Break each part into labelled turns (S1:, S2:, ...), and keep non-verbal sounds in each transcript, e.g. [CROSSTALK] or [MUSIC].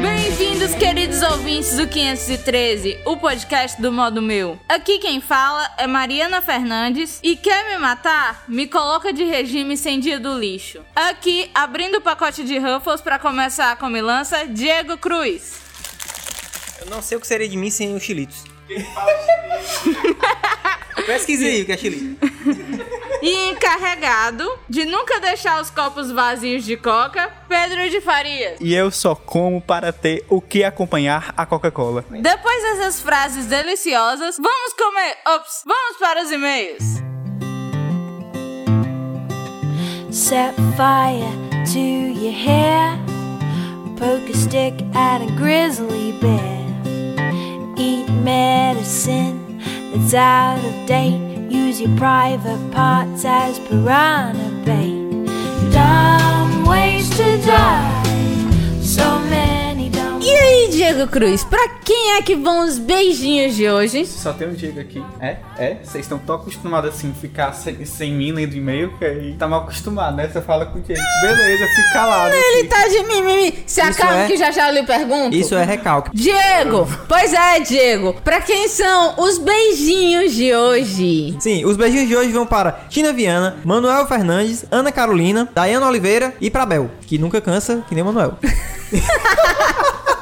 S1: Bem-vindos, queridos ouvintes do 513, o podcast do modo meu. Aqui quem fala é Mariana Fernandes e quer me matar? Me coloca de regime sem dia do lixo. Aqui, abrindo o pacote de Ruffles para começar a comilança, Diego Cruz.
S2: Eu não sei o que seria de mim sem os [LAUGHS] chilitos. Pesquisa aí o que é chilito.
S1: E encarregado de nunca deixar os copos vazios de coca, Pedro de Farias.
S3: E eu só como para ter o que acompanhar a Coca-Cola.
S1: Depois dessas frases deliciosas, vamos comer. Ops, vamos para os e-mails.
S4: Set fire to your hair. Poke a stick at a grizzly bear. Eat medicine that's out of date. Use your private parts as piranha bait. Dumb ways to die. So many dumb
S1: E aí, Diego Cruz, pra quem é que vão os beijinhos de hoje?
S3: Só tem um Diego aqui. É? É? Vocês estão tão acostumados assim, ficar sem, sem mim lendo e-mail, que aí tá mal acostumado, né? Você fala com o Diego. Beleza, fica né? calado.
S1: Ele
S3: aqui.
S1: tá de mimimi. Se
S2: Isso
S1: acalma
S2: é-
S1: que já já eu lhe pergunto.
S2: Isso é recalque.
S1: Diego, pois é, Diego. Pra quem são os beijinhos de hoje?
S2: Sim, os beijinhos de hoje vão para Tina Viana, Manuel Fernandes, Ana Carolina, Dayana Oliveira e pra Bel, que nunca cansa, que nem Manuel. [LAUGHS]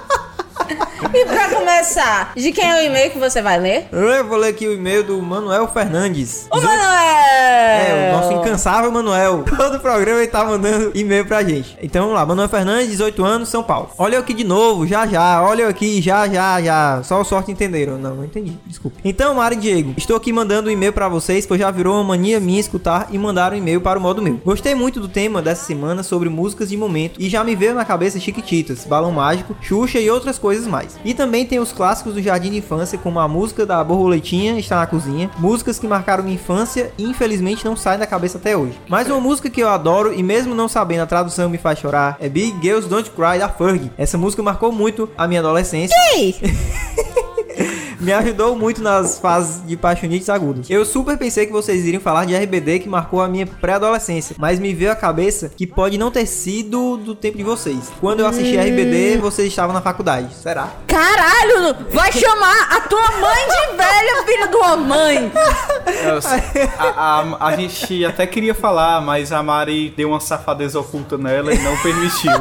S1: E pra começar, de quem é o e-mail que você vai ler?
S2: Eu vou ler aqui o e-mail do Manuel Fernandes.
S1: O Manuel!
S2: É, o nosso incansável Manuel. [LAUGHS] Todo programa ele tá mandando e-mail pra gente. Então vamos lá, Manuel Fernandes, 18 anos, São Paulo. Olha eu aqui de novo, já já. Olha eu aqui, já já, já. Só sorte entenderam. Não, não entendi, desculpa. Então, Mari e Diego, estou aqui mandando um e-mail pra vocês, pois já virou uma mania minha escutar e mandar um e-mail para o modo meu. Gostei muito do tema dessa semana sobre músicas de momento e já me veio na cabeça Chiquititas, Balão Mágico, Xuxa e outras coisas mais. E também tem os clássicos do Jardim de Infância, como a música da Borboletinha Está na Cozinha, músicas que marcaram minha infância e infelizmente não saem da cabeça até hoje. Mas uma música que eu adoro e mesmo não sabendo a tradução me faz chorar é Big Girls Don't Cry da Ferg. Essa música marcou muito a minha adolescência me ajudou muito nas fases de paixonites agudas. Eu super pensei que vocês iriam falar de RBD que marcou a minha pré-adolescência, mas me veio à cabeça que pode não ter sido do tempo de vocês. Quando eu assisti RBD, vocês estavam na faculdade. Será?
S1: Caralho, vai chamar a tua mãe de velha, filho de uma mãe.
S3: Eu- a, a- a gente até queria falar, mas a Mari deu uma safadeza oculta nela e não permitiu.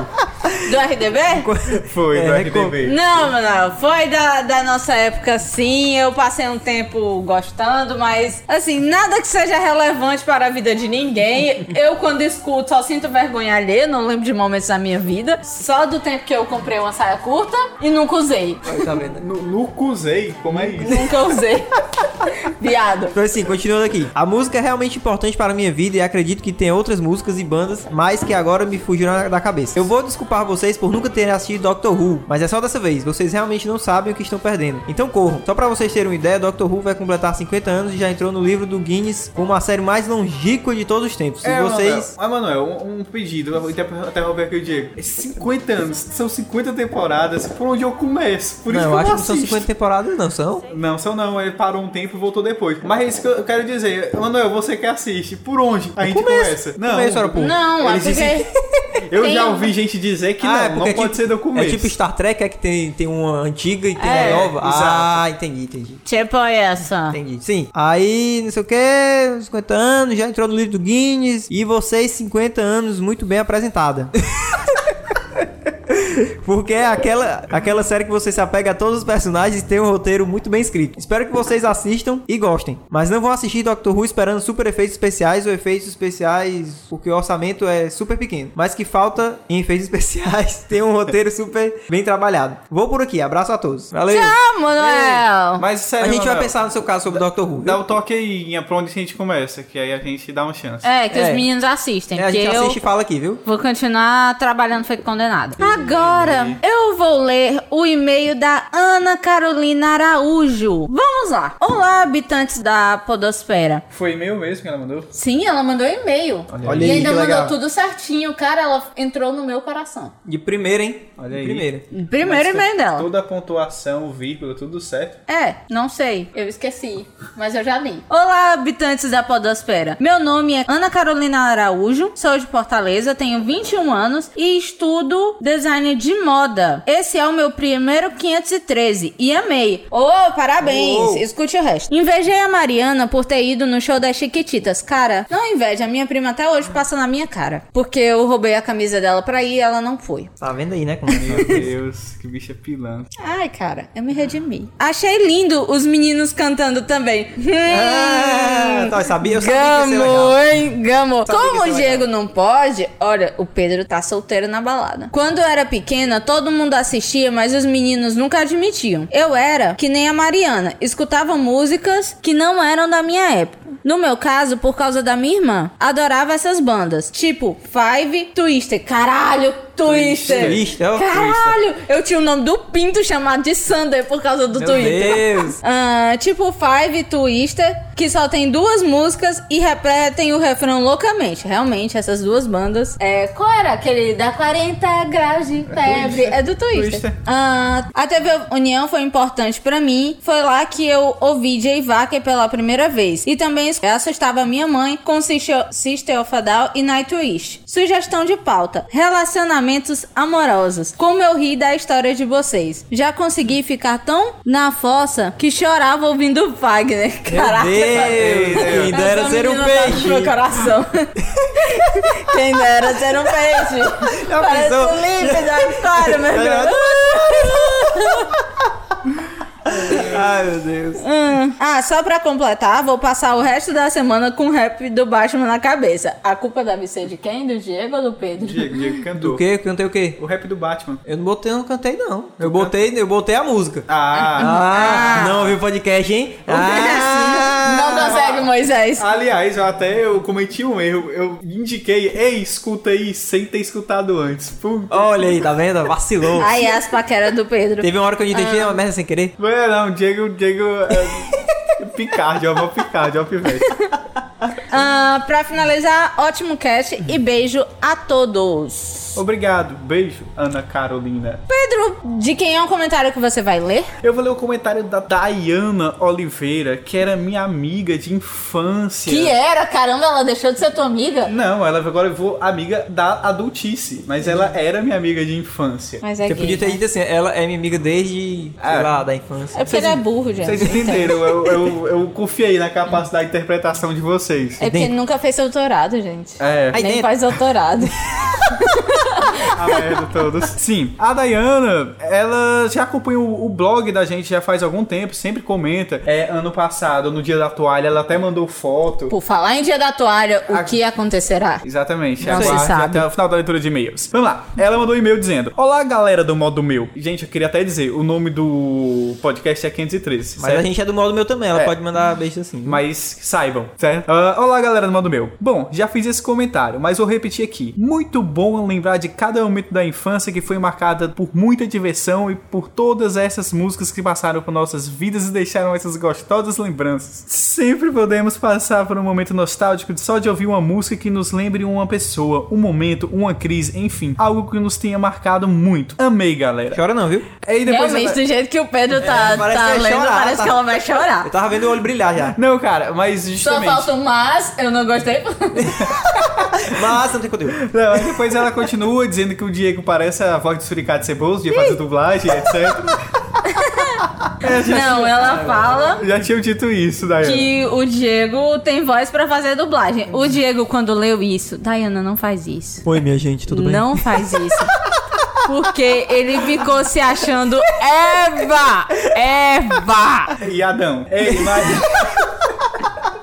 S1: Do RDB?
S3: [LAUGHS] Foi,
S2: É,
S3: do
S2: recom-
S3: RDB.
S1: Não, Manuel, foi da, da nossa época sim. Eu passei um tempo gostando, mas assim, nada que seja relevante para a vida de ninguém. Eu, quando escuto, só sinto vergonha alheia, não lembro de momentos da minha vida. Só do tempo que eu comprei uma saia curta e nunca usei.
S2: Tá vendo?
S3: No, no cusei, como é isso?
S1: Nunca usei. [LAUGHS] Viado.
S2: Então assim, continuando aqui. A música é realmente importante para a minha vida e acredito que tem outras músicas e bandas, mas que agora me fugiram da cabeça. Eu vou desculpar vocês por nunca terem assistido Doctor Who, mas é só dessa vez. Vocês realmente não sabem o que estão perdendo. Então corram. Só para vocês terem uma ideia, Doctor Who vai completar 50 anos e já entrou no livro do Guinness como a série mais longíqua de todos os tempos. Se vocês...
S3: Manuel, ah, Manuel, um, um pedido, eu vou até até roubar aqui o Diego. 50 anos, são 50 temporadas, por onde eu começo. Por isso
S2: não,
S3: que eu
S2: acho
S3: não
S2: que não são
S3: assisto.
S2: 50 temporadas, não são?
S3: Não, são não, ele parou um tempo e voltou depois. Mas é isso que eu quero dizer, Manuel, você que assiste, por onde a gente começa? Não,
S2: Começo, era pouco.
S1: Não, é
S3: Eles
S1: porque.
S3: eu
S1: tem
S3: já
S1: um-
S3: ouvi gente dizer que
S2: Ah, é
S3: não,
S2: porque
S3: não
S2: é
S3: pode
S2: tipo-
S3: ser do começo.
S2: É tipo Star Trek, é que tem, tem uma antiga e tem
S1: É,
S2: uma nova.
S3: exato.
S2: Ah, entendi, entendi.
S1: Tipo essa.
S2: Entendi. Sim. Aí, não sei o que, 50 anos, já entrou no livro do Guinness. E vocês, 50 anos, muito bem apresentada. [LAUGHS] Porque é aquela, aquela série que você se apega a todos os personagens e tem um roteiro muito bem escrito. Espero que vocês assistam e gostem. Mas não vão assistir Doctor Who esperando super efeitos especiais ou efeitos especiais porque o orçamento é super pequeno. Mas que falta em efeitos [LAUGHS] especiais tem um roteiro super bem trabalhado. Vou por aqui. Abraço a todos. Valeu. é
S1: Ah, Manuel.
S3: Mas é sério,
S2: A gente vai
S3: Manuel,
S2: pensar no seu caso sobre Doctor Who.
S3: Dá
S2: viu?
S3: o toque aí, é pra onde a gente começa, que aí a gente dá uma chance.
S1: É, que os
S2: É.
S1: meninos assistem.
S2: É, a gente
S1: porque eu-
S2: assiste e fala aqui, viu?
S1: Vou continuar trabalhando feito condenado. Agora, eu vou ler o e-mail da Ana Carolina Araújo. Vamos lá. Olá, habitantes da Podosfera.
S3: Foi meu mesmo que ela mandou?
S1: Sim, ela mandou e-mail.
S2: Olha
S1: e
S2: aí,
S1: ainda
S2: que
S1: mandou
S2: legal.
S1: tudo certinho, cara. Ela entrou no meu coração.
S2: De primeira, hein?
S3: Olha
S2: De
S3: aí.
S2: Primeira.
S1: Primeiro e-mail dela.
S3: Toda a pontuação, vírgula, tudo certo.
S2: [LAUGHS]
S1: É, não sei. Eu esqueci, mas eu já li. Olá, habitantes da Podosfera. Meu nome é Ana Carolina Araújo, sou de Fortaleza, tenho 21 anos e um estudo design design de moda. Esse é o meu primeiro 513 e amei. Ô, parabéns!
S2: Uou.
S1: Escute o resto. Invejei a Mariana por ter ido no show das Chiquititas. Cara, não inveja. Minha prima até hoje passa na minha cara. Porque eu roubei a camisa dela pra ir e ela não foi.
S2: Tá vendo aí, né? Como...
S3: Meu Deus, que bicha pilantra.
S1: Ai, cara, eu me redimi. Achei lindo os meninos cantando também.
S2: [LAUGHS]
S1: Hum.
S2: ah, tá, eu sabia, eu sabia que ia ser
S1: Gamo,
S2: legal.
S1: hein? Gamo.
S2: Sabia que ia
S1: Como
S2: ser
S1: o Diego não pode, olha, o Pedro tá solteiro na balada. Quando eu era pequena, todo mundo assistia, mas os meninos nunca admitiam. Eu era que nem a Mariana, escutava músicas que não eram da minha época. No meu caso, por causa da minha irmã, adorava essas bandas. Tipo, Five, Twister. Caralho, Twister.
S2: Twister, ó,
S1: Caralho, eu tinha o nome do Pinto chamado de Sander por causa do
S2: Meu
S1: Twitter.
S2: Deus.
S1: [LAUGHS] Ah, tipo Five Twister, que só tem duas músicas e repetem o refrão loucamente. Realmente, essas duas bandas. É, qual era aquele da 40 graus de febre?
S3: Twister.
S1: É do Twister.
S3: Twister.
S1: Ah, a TV União foi importante pra mim. Foi lá que eu ouvi Jay Wacker pela primeira vez. E também assustava minha mãe com Sister Sister of a Down e Nightwish. Sugestão de pauta: relacionamentos amorosos. Como eu ri da história de vocês. Já consegui ficar tão na fossa que chorava ouvindo Wagner.
S2: Meu
S1: Caraca.
S2: Deus, quem dera
S1: essa
S2: ser um
S1: menina tá no meu
S2: peixe. [LAUGHS]
S1: coração. Quem dera ser um peixe.
S2: Já
S1: Parece
S2: pensou?
S1: um líquido da história, meu Deus.
S2: Ai, meu Deus.
S1: Hum. Ah, só pra completar, vou passar o resto da semana com o rap do Batman na cabeça. A culpa deve ser de quem? Do Diego ou do Pedro? [LAUGHS]
S3: Diego, Diego cantou.
S2: O quê? Eu Cantei o quê?
S3: O rap do Batman.
S2: Eu não botei, eu não cantei, não. Eu botei, eu botei a música.
S3: Ah,
S2: Ah, não ouviu o podcast, hein?
S1: É assim, Não
S2: Ah,
S1: consegue, Moisés.
S3: aliás, eu até eu cometi um erro. Eu indiquei, ei, escuta aí, sem ter escutado antes. Puta.
S2: olha aí, tá vendo? Vacilou.
S1: Aí as paqueras do Pedro.
S2: Teve uma hora que eu
S1: Ah.
S2: identifiquei uma merda sem querer.
S3: Não é não, Diego, Diego... É... Picarde, ó, mó picarde, ó, pivete.
S1: Ah, pra finalizar, ótimo cast e beijo a todos.
S3: Obrigado, beijo, Ana Carolina.
S1: Pedro, de quem é um comentário que você vai ler?
S3: Eu vou ler o comentário da Dayana Oliveira, que era minha amiga de infância.
S2: é?
S1: Que era, caramba, ela deixou de ser tua amiga?
S3: Não, ela agora vou amiga da adultice, mas ela era minha amiga de infância.
S1: Mas é
S2: Você
S1: gay,
S2: podia ter
S1: né?
S2: dito assim, ela é minha amiga desde, sei
S3: Ah.
S2: lá, da
S1: É
S2: infância.
S1: porque ele é burro, gente.
S3: Vocês entenderam, eu, eu, eu confiei na capacidade de interpretação de vocês.
S1: É porque ele nunca fez seu doutorado, gente.
S3: É,
S2: Aí
S1: Nem
S2: dentro.
S1: faz doutorado.
S3: a merda todos. Sim, a Dayana, ela já acompanha o, o blog da gente já faz algum tempo, sempre comenta. É, ano passado, no dia da toalha, ela até mandou foto.
S1: Por falar em dia da toalha, o que acontecerá?
S3: Exatamente.
S1: Não se
S3: Aguarde
S1: sabe.
S3: até o final da leitura de e-mails. Vamos lá. Ela mandou um e-mail dizendo: Olá, galera do modo meu. Gente, eu queria até dizer: o nome do podcast é 513.
S2: Mas a
S3: certo?
S2: gente é do modo meu também, ela
S3: É.
S2: pode mandar beijo assim.
S3: Mas saibam, certo? Ah, olá, galera do Mando Meu. Bom, já fiz esse comentário, mas vou repetir aqui. Muito bom lembrar de cada momento da infância que foi marcada por muita diversão e por todas essas músicas que passaram por nossas vidas e deixaram essas gostosas lembranças. Sempre podemos passar por um momento nostálgico só de ouvir uma música que nos lembre uma pessoa, um momento, uma crise, enfim, algo que nos tenha marcado muito. Amei, galera.
S2: Chora não, viu?
S3: E depois
S1: Realmente, do jeito que o Pedro tá,
S2: parece
S1: tá
S2: que vai
S1: lendo,
S2: chorar,
S1: parece
S2: tá?
S1: que ela vai chorar.
S2: Eu tava vendo o olho brilhar já.
S3: Não, cara, mas
S1: Só
S3: justamente.
S1: falta um mas, eu não [LAUGHS] gostei.
S2: Mas não tem conteúdo.
S3: Não, aí depois ela continua dizendo que o Diego parece a voz do Suricato Ceboso, de fazer dublagem, etc.
S1: Não, ela fala
S3: Já tinham dito isso, Dayana.
S1: que o Diego tem voz pra fazer dublagem. O Diego, quando leu isso, Diana, não faz isso.
S2: Oi, minha gente, tudo bem?
S1: Não faz
S2: [LAUGHS]
S1: isso. Porque ele ficou se achando Eva! Eva!
S3: E Adão. Ei, mas...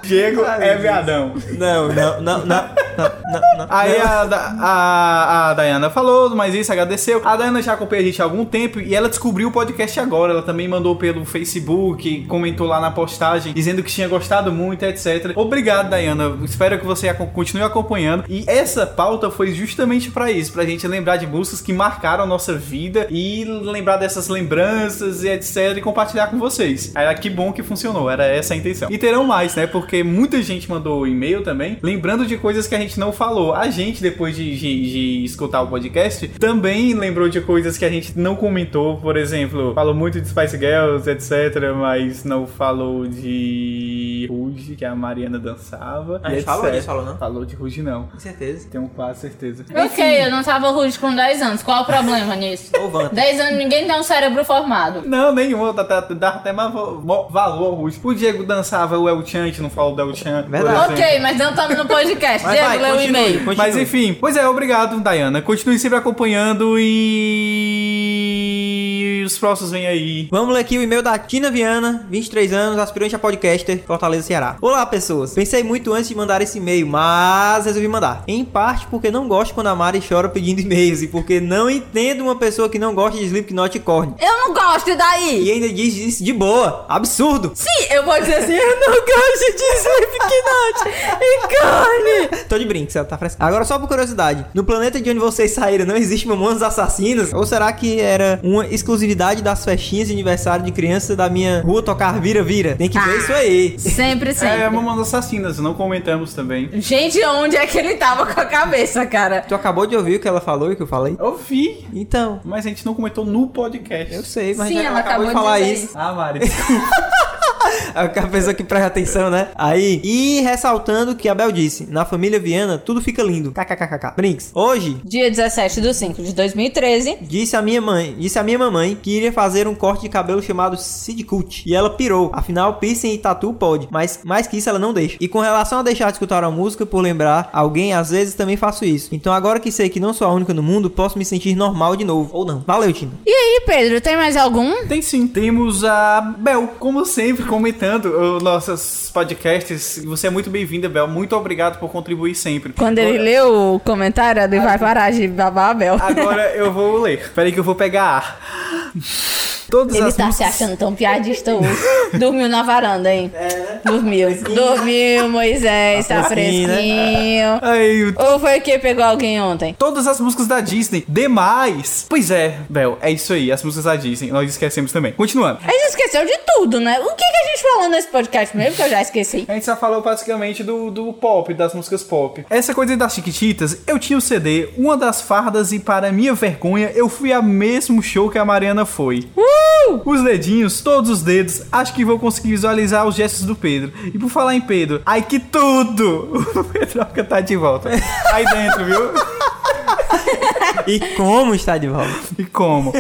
S3: Diego é viadão.
S2: Não, não, não, não, não, não, não.
S3: Aí a, Da- a, a Dayana falou, mas isso, agradeceu. A Dayana já acompanha a gente há algum tempo e ela descobriu o podcast agora. Ela também mandou pelo Facebook, comentou lá na postagem, dizendo que tinha gostado muito, etc. Obrigado, Dayana. Espero que você aco- continue acompanhando. E essa pauta foi justamente pra isso, pra gente lembrar de músicas que marcaram a nossa vida e lembrar dessas lembranças e etc. e compartilhar com vocês. Era que bom que funcionou, era essa a intenção. E terão mais, né? Porque muita gente mandou e-mail também, lembrando de coisas que a gente não falou. A gente, depois de, de- de escutar o podcast, também lembrou de coisas que a gente não comentou. Por exemplo, falou muito de Spice Girls, etc., mas não falou de. de Ruge, que a Mariana dançava.
S2: A
S3: e
S2: gente falou
S3: etc.
S2: disso, falou não?
S3: Falou de Ruge, não.
S2: Com certeza.
S3: Tenho quase certeza.
S1: Ok, eu não tava rude com 10 anos. Qual o problema nisso?
S2: Ou Vanta.
S1: 10 anos ninguém tem um cérebro formado.
S3: Não, nenhum. Eu dava dava até mais vo- mo- valor ao Ruge. O Diego dançava o El Chan, a gente não falou do El Chan. por
S2: Verdade.
S3: exemplo.
S1: Ok, mas não estamos no podcast.
S2: Tá Mas
S1: Diego,
S2: vai,
S1: leu o
S2: continue,
S1: e-mail.
S2: continue.
S3: Mas enfim, pois é, obrigado, Dayana. Continue sempre acompanhando e. Os próximos vêm aí.
S2: Vamos ler aqui o e-mail da Tina Viana, 23 anos, aspirante a podcaster, Fortaleza, Ceará. Olá, pessoas. Pensei muito antes de mandar esse e-mail, mas resolvi mandar. Em parte porque não gosto quando a Mari chora pedindo e-mails e porque não entendo uma pessoa que não gosta de Slipknot e Korn.
S1: Eu não gosto, e daí?
S2: E ainda diz isso de boa. Absurdo.
S1: Sim, eu vou dizer assim, eu não gosto de Slipknot e carne.
S2: Tô de brinco, você tá fresco. Agora, só por curiosidade: no planeta de onde vocês saíram, não existe mamonas assassinas? Ou será que era uma exclusividade das festinhas de aniversário de criança da minha rua tocar vira-vira? Tem que ver
S1: Ah.
S2: isso aí.
S1: Sempre, sempre.
S3: É, Mamonas Assassinas, não comentamos também.
S1: Gente, onde é que ele tava com a cabeça, cara?
S2: Tu acabou de ouvir o que ela falou e o que eu falei?
S3: Eu vi,
S2: Então,
S3: mas a gente não comentou no podcast.
S2: eu sei, mas
S1: Sim,
S2: já-
S1: ela acabou
S2: de
S1: de
S2: falar
S1: dizer
S2: isso.
S1: isso.
S3: Ah, Mari. [LAUGHS]
S2: A pessoa que presta atenção, né? Aí, e ressaltando que a Bel disse: na família Viana, tudo fica lindo. KKKKK. Brinks. Hoje,
S1: Dia 17 do 5 de 2013.
S2: Disse a minha mãe, disse a minha mamãe que iria fazer um corte de cabelo chamado Sid Cut. E ela pirou. Afinal, piercing e tatu pode, mas mais que isso ela não deixa. E com relação a deixar de escutar a música por lembrar alguém, às vezes também faço isso. Então agora que sei que não sou a única no mundo, posso me sentir normal de novo. Ou não. Valeu, Tina.
S1: E aí, Pedro, tem mais algum?
S3: Tem sim, temos a Bel, como sempre, comentando os nossos podcasts. Você é muito bem-vinda, Bel. Muito obrigado por contribuir sempre.
S1: Quando ele leu o comentário, ele vai parar de babar a Bel.
S3: Agora eu vou ler. Peraí que eu vou pegar ar. Todas
S1: Ele
S3: as
S1: tá se
S3: músicas-
S1: achando tão piadista hoje. Dormiu na varanda, hein?
S2: É,
S1: Dormiu. Dormiu, Moisés, tá,
S2: né? Tá fresquinho, né?
S1: fresquinho.
S3: Ai, o
S1: Ou foi que pegou alguém ontem?
S3: Todas as músicas da Disney. Demais! Pois é, Bel, é isso aí. As músicas da Disney. Nós esquecemos também. Continuando.
S1: A gente esqueceu de tudo, né? O que, que a gente falou nesse podcast mesmo que eu já esqueci?
S3: A gente já falou basicamente do, do pop, das músicas pop. Essa coisa das Chiquititas, eu tinha o CD, uma das fardas, e para minha vergonha, eu fui ao mesmo show que a Mariana foi. Uh! Os dedinhos, todos os dedos, acho que vou conseguir visualizar os gestos do Pedro. E por falar em Pedro, ai que tudo! [LAUGHS] O Pedroca tá de volta. Aí dentro, viu?
S2: E como está de volta?
S3: E como?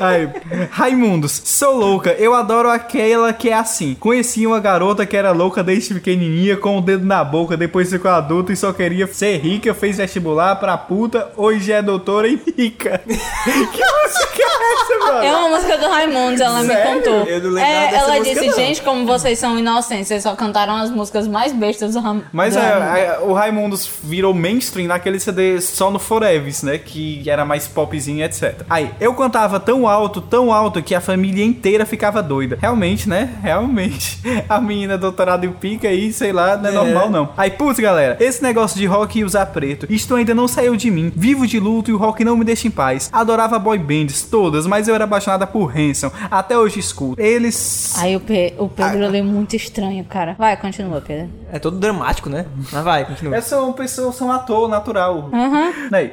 S3: Ai, Raimundos, sou louca. Eu adoro aquela que é assim. Conheci uma garota que era louca desde pequenininha, com o dedo na boca, depois ficou adulta e só queria ser rica, fez vestibular pra puta, hoje é doutora e rica. [LAUGHS] que música é essa, mano?
S1: É uma música do Raimundos, ela
S3: Sério?
S1: me contou.
S2: Eu não lembro
S1: é,
S2: dessa
S1: ela
S2: música,
S1: disse,
S2: não.
S1: gente, como vocês são inocentes, vocês só cantaram as músicas mais bestas do Ram.
S3: Mas
S1: do
S3: é,
S1: Raimundos."
S3: a- o Raimundos virou mainstream naquele CD só no Forevis, né? Que era mais popzinho, etc. Aí, eu cantava tão alto, tão alto, que a família inteira ficava doida. Realmente, né? Realmente. [LAUGHS] A menina doutorada em pica aí, sei lá, não é, normal não. Aí, putz, galera, esse negócio de rock e usar preto, isto ainda não saiu de mim. Vivo de luto e o rock não me deixa em paz. Adorava boy bands, todas, mas eu era apaixonada por Hanson. Até hoje escuto.
S2: é-
S3: Eles...
S1: Aí o, Pe- o
S2: Ah,
S1: Pedro lê muito estranho, cara. Vai, continua, Pedro.
S2: É todo dramático, né? Mas vai, continua.
S3: Essas são pessoas, são ator natural.
S1: Aham.
S3: Daí,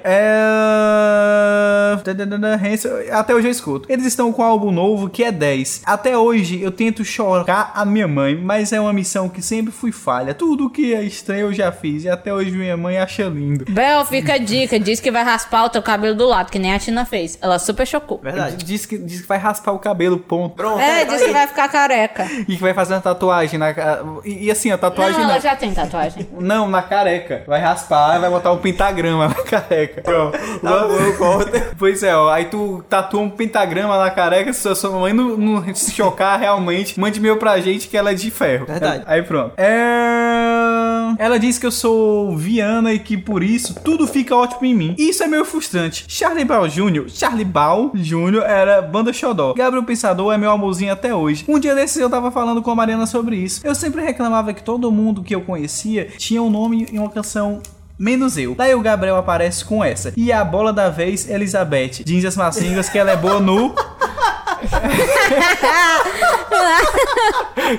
S3: é... tadadadã, Hanson, Até hoje eu escuto. Eles estão com um álbum novo que é 10. Até hoje eu tento chorar a minha mãe, mas é uma missão que sempre fui falha. Tudo que é estranho eu já fiz e até hoje minha mãe acha lindo.
S1: Bel, fica a dica. Diz que vai raspar o teu cabelo do lado, que nem a Tina fez. Ela super chocou.
S2: Verdade.
S3: Diz que, diz que vai raspar o cabelo, ponto.
S2: Pronto.
S1: É, diz que vai ficar careca.
S3: E que vai fazer uma tatuagem na ca- E, e assim, a tatuagem
S1: Não,
S3: não.
S1: ela já tem tatuagem.
S3: Não, na careca. Vai raspar, vai botar um pentagrama na careca. Pronto.
S2: Tá bom, corta.
S3: [LAUGHS] Pois é, ó, aí tu tatua um pentagrama na careca, se a sua mãe não, não se chocar realmente, mande e-mail pra gente que ela é de ferro.
S2: Verdade.
S3: Aí pronto. É... Ela disse que eu sou Viana e que por isso tudo fica ótimo em mim. Isso é meio frustrante. Charlie Brown Jr., Charlie Brown Jr. era banda xodó. Gabriel Pensador é meu amorzinho até hoje. Um dia desses eu tava falando com a Mariana sobre isso. Eu sempre reclamava que todo mundo que eu conhecia tinha um nome e uma canção Menos eu. Daí o Gabriel aparece com essa. E a bola da vez, Elizabeth. Diz as macingas que ela é
S1: [LAUGHS]
S3: boa no.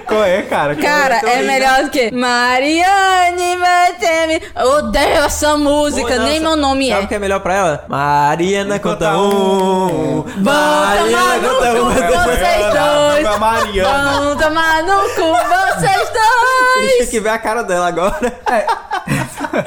S3: Qual é, cara?
S1: Cara,
S2: Então,
S1: é
S2: liga.
S1: melhor do que Mariane Batemi. Odeio essa música, nem meu nome
S2: Sabe
S1: é.
S2: o que é melhor pra ela? Mariana conta um.
S1: tomar
S2: Mariana
S1: no cu,
S2: conta
S3: é
S2: um.
S1: vocês
S3: Ela,
S1: dois.
S3: a Mariana.
S1: Vão tomar no cu vocês dois.
S2: [LAUGHS] Tem que ver a cara dela agora.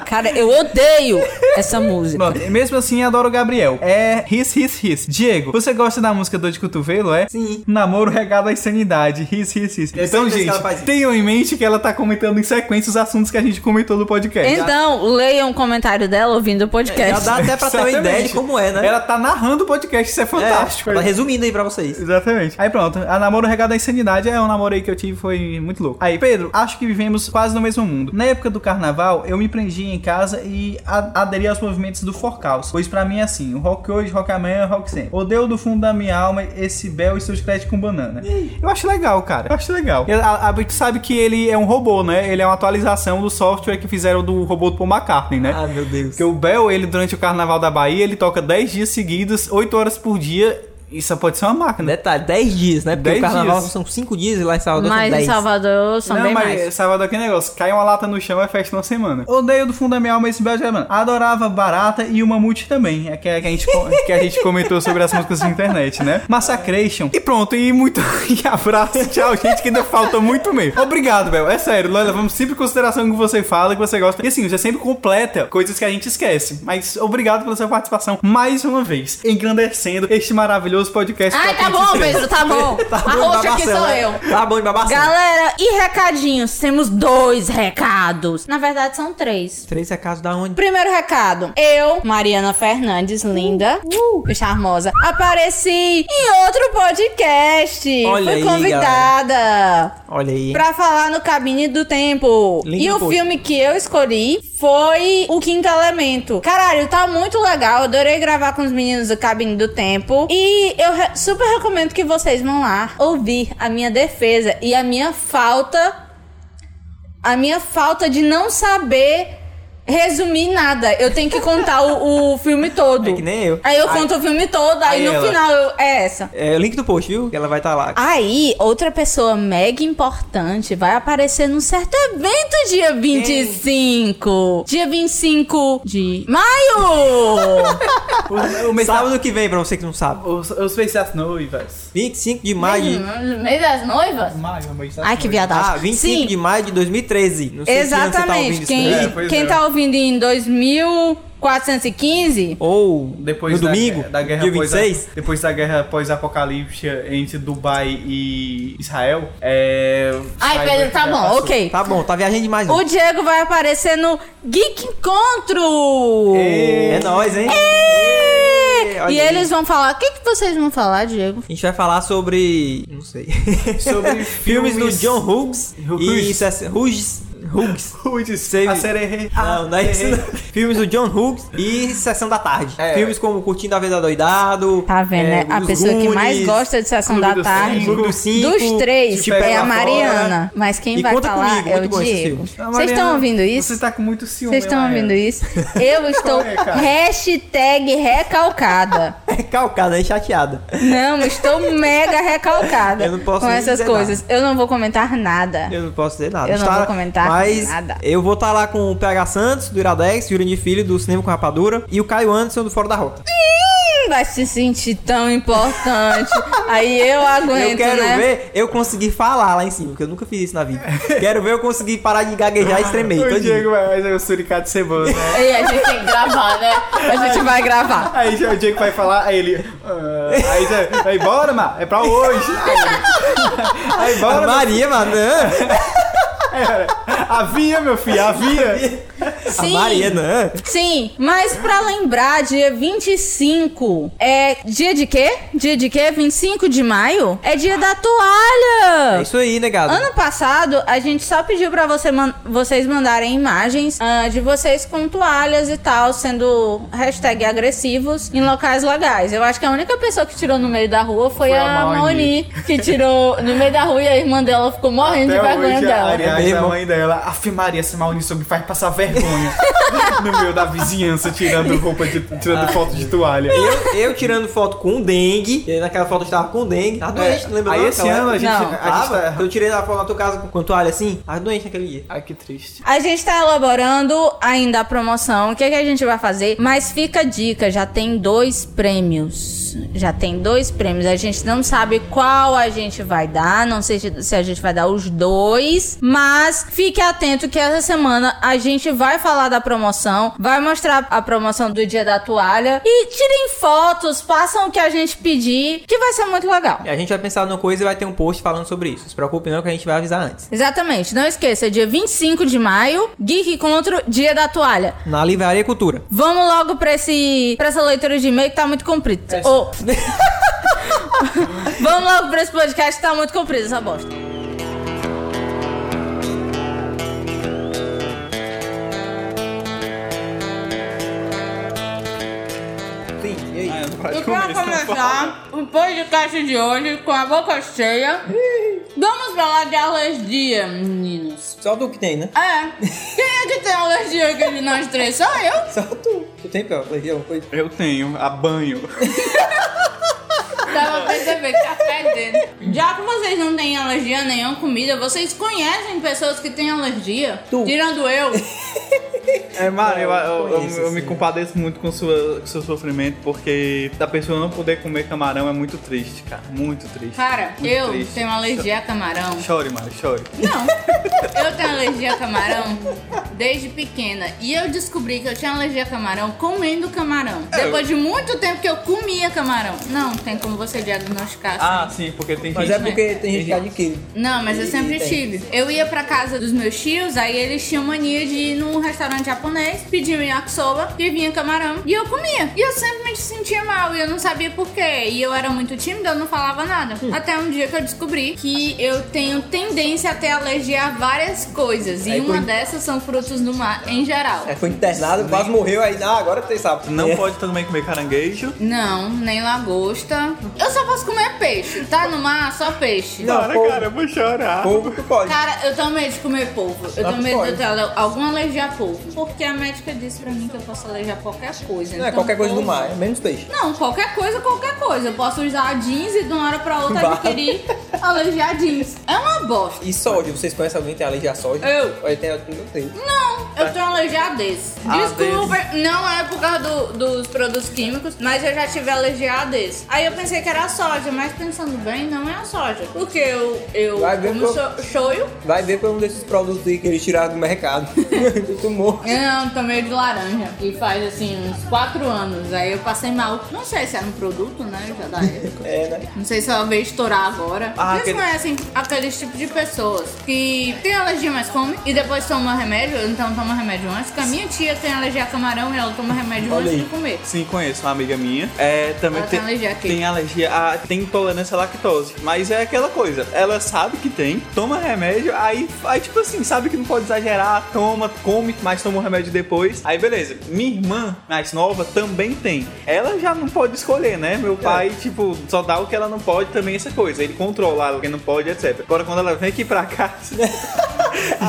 S1: Cara, eu odeio essa música.
S3: Pronto, mesmo assim, adoro o Gabriel. É ris, ris, ris. Diego, você gosta da música Dor de Cotovelo, é?
S2: Sim.
S3: Namoro regado à insanidade. Ris, ris, ris. Então,
S2: certeza que ela faz
S3: gente,
S2: isso.
S3: tenham em mente que ela tá comentando em sequência os assuntos que a gente comentou no podcast.
S1: Então, leiam um comentário dela ouvindo o
S2: é, Já
S1: podcast.
S2: dá até é pra ter uma
S3: Exatamente.
S2: ideia de como é, né?
S3: Ela tá narrando o podcast, isso é fantástico.
S2: É, tá resumindo aí pra vocês.
S3: Exatamente. Aí pronto, a namoro regada à insanidade é um namoro aí que eu tive, foi muito louco. Aí, Pedro, acho que vivemos quase no mesmo mundo. Na época do carnaval, eu me prendia em casa e a- aderi aos movimentos do Forcaus, pois pra mim é assim, o rock hoje, rock amanhã, rock sempre. Odeio do fundo da minha alma esse Bel e seus créditos com banana. Eu acho legal, cara. Eu acho legal. E a- a- tu sabe que ele é um robô, né? Ele é uma atualização do software que fizeram do robô do Paul McCartney, né?
S2: Ah, meu Deus.
S3: Porque o Bel, ele durante o Carnaval da Bahia, ele toca 10 dias seguidos, 8 horas por dia. Isso só pode ser uma máquina.
S2: Detalhe, 10 dias, né? Porque
S3: Dez
S2: o carnaval
S3: dias.
S2: são 5 dias e lá em Salvador são
S1: Mas
S2: 10.
S1: em Salvador são bem mais.
S3: Salvador que negócio. Cai uma lata no chão, é festa uma semana. Odeio do fundo da minha alma esse Bel Germano. Adorava Barata e o Mamute também. É que, é que a gente, co- que a gente comentou sobre as músicas na internet, né? Massacration. E pronto, e muito. E abraço, tchau, gente, que ainda falta muito mesmo. Obrigado, Bel. É sério, nós levamos sempre em consideração o que você fala, o que você gosta. E assim, você sempre completa coisas que a gente esquece. Mas obrigado pela sua participação mais uma vez, engrandecendo este maravilhoso podcast.
S1: Ai, tá bom,
S3: 423.
S1: Pedro, tá bom.
S2: [LAUGHS] [LAUGHS] Tá bom de
S1: a roxa aqui
S2: babação,
S1: sou
S2: né?
S1: eu.
S2: Tá bom de babação.
S1: Galera, e recadinhos? Temos dois recados. Na verdade, são três.
S2: Três é caso da onde?
S1: Primeiro recado, eu, Mariana Fernandes, linda e charmosa, apareci em outro podcast.
S2: Olha
S1: Fui
S2: aí,
S1: convidada
S2: Olha aí.
S1: pra falar no Cabine do Tempo.
S2: Link
S1: e
S2: no
S1: o
S2: post.
S1: filme que eu escolhi foi O Quinto Elemento. Caralho, tá muito legal. Adorei gravar com os meninos do Cabine do Tempo. E eu re- super recomendo que vocês vão lá ouvir a minha defesa e a minha falta. A minha falta de não saber resumir nada. Eu tenho que contar o, o
S2: [LAUGHS]
S1: filme todo.
S2: É que nem eu.
S1: Aí eu
S2: Aí-
S1: conto o filme todo, aí,
S3: aí
S1: no
S3: ela-
S1: final eu- é essa.
S2: É, link no post, viu? Que ela vai estar lá.
S1: Ah, Aí, outra pessoa mega importante vai aparecer num certo evento dia 25. Dia 25 de maio!
S3: O, o mês sábado.
S2: Sábado que vem, pra você que não sabe.
S3: Os, os mês das noivas.
S2: 25 de
S1: Hum,
S2: maio.
S1: [LAUGHS] Mês das noivas?
S3: Maio, mês das
S1: Ai, que
S3: noivas.
S1: viadagem.
S2: Ah, 25
S1: Sim,
S2: de maio de 2013. Não sei é
S1: Exatamente.
S2: Que ano
S1: Quem,
S2: você tá
S1: quem tá ouvindo
S2: ouvindo isso, né?
S3: É, pois é.
S1: em 2415,
S2: Ou
S3: Depois
S2: no
S3: da,
S2: domingo,
S3: da guerra é.
S2: dia
S3: pós-
S2: 26.
S3: depois da guerra pós-apocalíptica entre Dubai e Israel. É,
S1: Ai,
S3: saiba
S1: Pedro,
S3: que
S1: tá
S3: já
S1: bom,
S3: passou.
S1: ok.
S2: Tá bom, tá viajando demais.
S1: o
S2: não.
S1: Diego vai aparecer no Geek Encontro!
S2: É nóis, hein?
S1: É.
S2: Olha
S1: E
S2: aí.
S1: eles vão falar. O que, que vocês vão falar, Diego?
S2: A gente vai falar sobre. Não [LAUGHS] sei.
S3: Sobre
S2: É filmes do
S3: filmes-
S2: John Hughes.
S3: Hughes.
S2: E César- Hughes. [LAUGHS] Hughes.
S3: Putz,
S2: Save-
S3: a sererê.
S2: Não, não é isso. não. Filmes do John Hughes e Sessão da Tarde. Filmes como Curtindo a Vida Doidado.
S1: Tá vendo,
S2: é,
S1: né? A
S2: Os
S1: pessoa que mais
S2: Goonies,
S1: gosta de Sessão
S3: Clube
S1: da
S3: dos
S1: Tarde.
S3: Cinco.
S2: Clube dos Cinco.
S1: Dos três,
S2: Te
S3: Pega
S1: é a
S3: Lá
S1: Mariana.
S2: Fora.
S1: Mas quem
S2: E
S1: vai
S2: conta
S1: falar
S2: comigo,
S1: é o
S2: muito bom esse
S1: Diego.
S2: filme.
S3: Ah,
S1: Vocês estão
S3: Mariana,
S1: ouvindo isso?
S3: Você tá com muito ciúme,
S1: Vocês
S2: é
S1: estão ouvindo
S2: [LAUGHS]
S1: isso? Eu estou
S3: é, cara?
S1: hashtag recalcada.
S2: [LAUGHS] É calcada, é chateada.
S1: Não, estou mega recalcada
S2: Eu não posso
S1: com
S2: nem
S1: essas
S2: dizer
S1: coisas. Eu não vou comentar nada.
S2: Eu não posso dizer nada.
S1: Eu não
S2: Tá-
S1: vou comentar
S2: mas
S1: nada.
S2: Eu vou estar lá com o PH Santos, do Iradex, Jurandir Filho, do Cinema com Rapadura, e o Caio Anderson, do Fora da Rota.
S1: Não vai se sentir tão importante. Aí eu aguento,
S2: eu quero
S1: né?
S2: ver eu conseguir falar lá em cima, porque eu nunca fiz isso na [LAUGHS] vida. quero ver eu conseguir parar de gaguejar e tremer.
S3: O
S2: todinho.
S3: Diego vai fazer o suricato de cebola, né?
S1: E a gente tem que gravar, né? A gente vai gravar.
S3: Aí já o Diego vai falar, aí ele. ah, aí já. Vai embora, mano, é
S1: [LAUGHS]
S3: pra hoje. Aí- Aí
S2: A
S3: bora, mano.
S2: Maria, mano.
S3: Havia, meu filho, havia.
S2: [LAUGHS] A
S1: Sim.
S2: Maria, né? não.
S1: Sim, mas pra lembrar, dia 25 é dia de quê? Dia de quê? 25 de maio? É dia da
S2: É
S1: toalha!
S2: isso aí, né, gado?
S1: Ano passado, a gente só pediu pra você man- vocês mandarem imagens ah, de vocês com toalhas e tal, sendo hashtag agressivos em locais legais. Eu acho que a única pessoa que tirou no meio da rua foi,
S3: Foi
S1: a
S3: a Maoni.
S1: Maoni, que tirou no meio da rua e a irmã dela ficou morrendo de
S3: Até
S1: vergonha
S3: hoje,
S1: dela.
S3: a Ariane,
S2: É Mesmo.
S3: a mãe dela, afirmaria essa maldição me faz passar vergonha [LAUGHS] no meio da vizinhança, tirando roupa de. tirando foto de toalha.
S2: Eu, eu tirando foto com o dengue, dengue. E aí naquela foto eu estava com dengue. Tava
S3: É,
S2: doente, lembra? né?
S3: aí
S2: não,
S3: esse
S2: aquela
S3: ano a
S2: época?
S3: gente-
S2: Não,
S3: a gente
S2: tava.
S3: tá-
S2: Então Eu tirei a foto na tua casa com, com toalha assim. Tava doente naquele dia.
S3: Ai, que triste.
S1: A gente tá elaborando ainda a promoção, o que, é que a gente vai fazer, mas fica a dica, já tem dois prêmios. Já tem dois prêmios. A gente não sabe qual a gente vai dar, não sei se a gente vai dar os dois, mas fique atento que essa semana a gente vai falar da promoção, vai mostrar a promoção do dia da toalha e tirem fotos, façam o que a gente pedir, que vai ser muito legal.
S2: E a gente vai pensar numa coisa e vai ter um post falando sobre isso. Não se preocupe não que a gente vai avisar antes.
S1: Exatamente, não esqueça, dia 25 de maio, Geek Contra Dia da Toalha.
S2: Na Livraria Cultura.
S1: Vamos logo pra, esse, pra essa leitura de e-mail que tá muito comprido. Ô. [LAUGHS] Vamos logo pra esse podcast que tá muito comprido, essa bosta.
S2: Sim, e aí?
S1: E pra começar o podcast de hoje com a boca cheia, vamos falar de alergia, meninos.
S2: Só tu que tem, né?
S1: É, quem é que tem alergia aqui de nós três? Só eu?
S2: Só tu. Tu tem, Pel? Alergia a alguma coisa?
S3: Eu tenho,
S2: [LAUGHS]
S3: a banho.
S1: Dá pra perceber que tá perdendo. Já que vocês não têm alergia a nenhuma comida, vocês conhecem pessoas que têm alergia?
S2: Tu.
S1: Tirando eu.
S3: É, Mário, eu, eu- eu-
S2: Conheço,
S3: eu me
S2: sim.
S3: compadeço muito com sua- com seu sofrimento, porque da pessoa não poder comer camarão é muito triste, cara. Muito triste.
S1: Cara,
S3: muito
S1: eu
S3: triste.
S1: tenho alergia a camarão.
S3: Chore, Mário, chore.
S1: Não. Eu tenho alergia a camarão desde pequena. E eu descobri que eu tinha alergia a camarão comendo camarão. Depois de muito tempo que eu comia camarão. Não, tem como você diagnosticar. assim.
S3: Ah, sim, porque tem
S2: Mas
S3: gente...
S2: é porque tem gente que adquire.
S1: Não, mas eu
S2: E-
S1: sempre
S2: e tem.
S1: tive. Eu ia pra casa dos meus tios, aí eles tinham mania de ir num restaurante japonês, pedir um yakisoba, e vinha camarão, e eu comia. E eu sempre me sentia mal, e eu não sabia por quê. E eu era muito tímida, eu não falava nada.
S2: Hum.
S1: Até um dia que eu descobri que eu tenho tendência a ter alergia a várias coisas, e
S2: Aí
S1: uma
S2: foi-
S1: dessas são frutos do mar em geral.
S2: É, foi internado, quase morreu aí. Ah, agora vocês sabem.
S3: Não
S2: É.
S3: pode também comer caranguejo.
S1: Não, nem lagosta. Eu só posso comer peixe, tá? No mar, só peixe.
S2: Não, Ah, pô.
S3: eu vou chorar.
S2: Povo que pode.
S1: Cara, eu tenho medo de comer polvo. Eu tenho
S2: Ah,
S1: medo de
S2: pode.
S1: eu ter ale- alguma alergia a polvo. Porque a médica disse pra mim que eu posso alergiar qualquer coisa.
S2: Não é
S1: Então,
S2: qualquer coisa do
S1: polvo-
S2: mar, é menos peixe.
S1: Não, qualquer coisa, qualquer coisa. Eu posso usar jeans e de uma hora pra outra
S2: Bah.
S1: adquirir alergia a jeans. É uma bosta.
S2: E sódio, vocês conhecem alguém que tem alergia a sódio?
S1: Eu.
S2: Olha, tem, não sei.
S1: Não, eu tenho alergia a desse.
S3: Ah,
S1: Desculpa, não é por causa do- dos produtos químicos, mas eu já tive alergia a desse. Aí eu pensei que era a soja, mas pensando bem, não é a soja. Porque eu, eu
S2: Vai ver
S1: como
S2: que eu-
S1: cho- shoyu,
S2: Vai ver pra um desses produtos aí que eles tiraram do mercado. [LAUGHS] Do tumor.
S1: Não, tomei de laranja. E faz assim uns 4 anos. Aí eu passei mal. Não sei se era um produto, né? Já da época.
S2: É, né?
S1: Não sei se ela veio estourar agora.
S3: Ah,
S1: Vocês
S3: aquele-
S1: conhecem assim, aqueles tipos de pessoas que tem alergia, mas come e depois toma remédio, ou então toma remédio antes. Porque a minha tia tem alergia a camarão e ela toma remédio
S2: Olha
S1: antes
S2: aí.
S1: de comer.
S3: Sim, conheço uma amiga minha. É, também
S1: Ela tem
S3: tem,
S1: alergia a quê?
S3: tem alergia a- tem intolerância à lactose. Mas é aquela coisa, ela sabe que tem, toma remédio, aí, aí tipo assim, sabe que não pode exagerar, toma, come, mas toma o remédio depois. Aí beleza. Minha irmã, mais nova, também tem. Ela já não pode escolher, né? Meu
S1: É.
S3: pai, tipo, só dá o que ela não pode também, essa coisa. Ele controla o que não pode, etc. Agora quando ela vem aqui pra [LAUGHS] casa.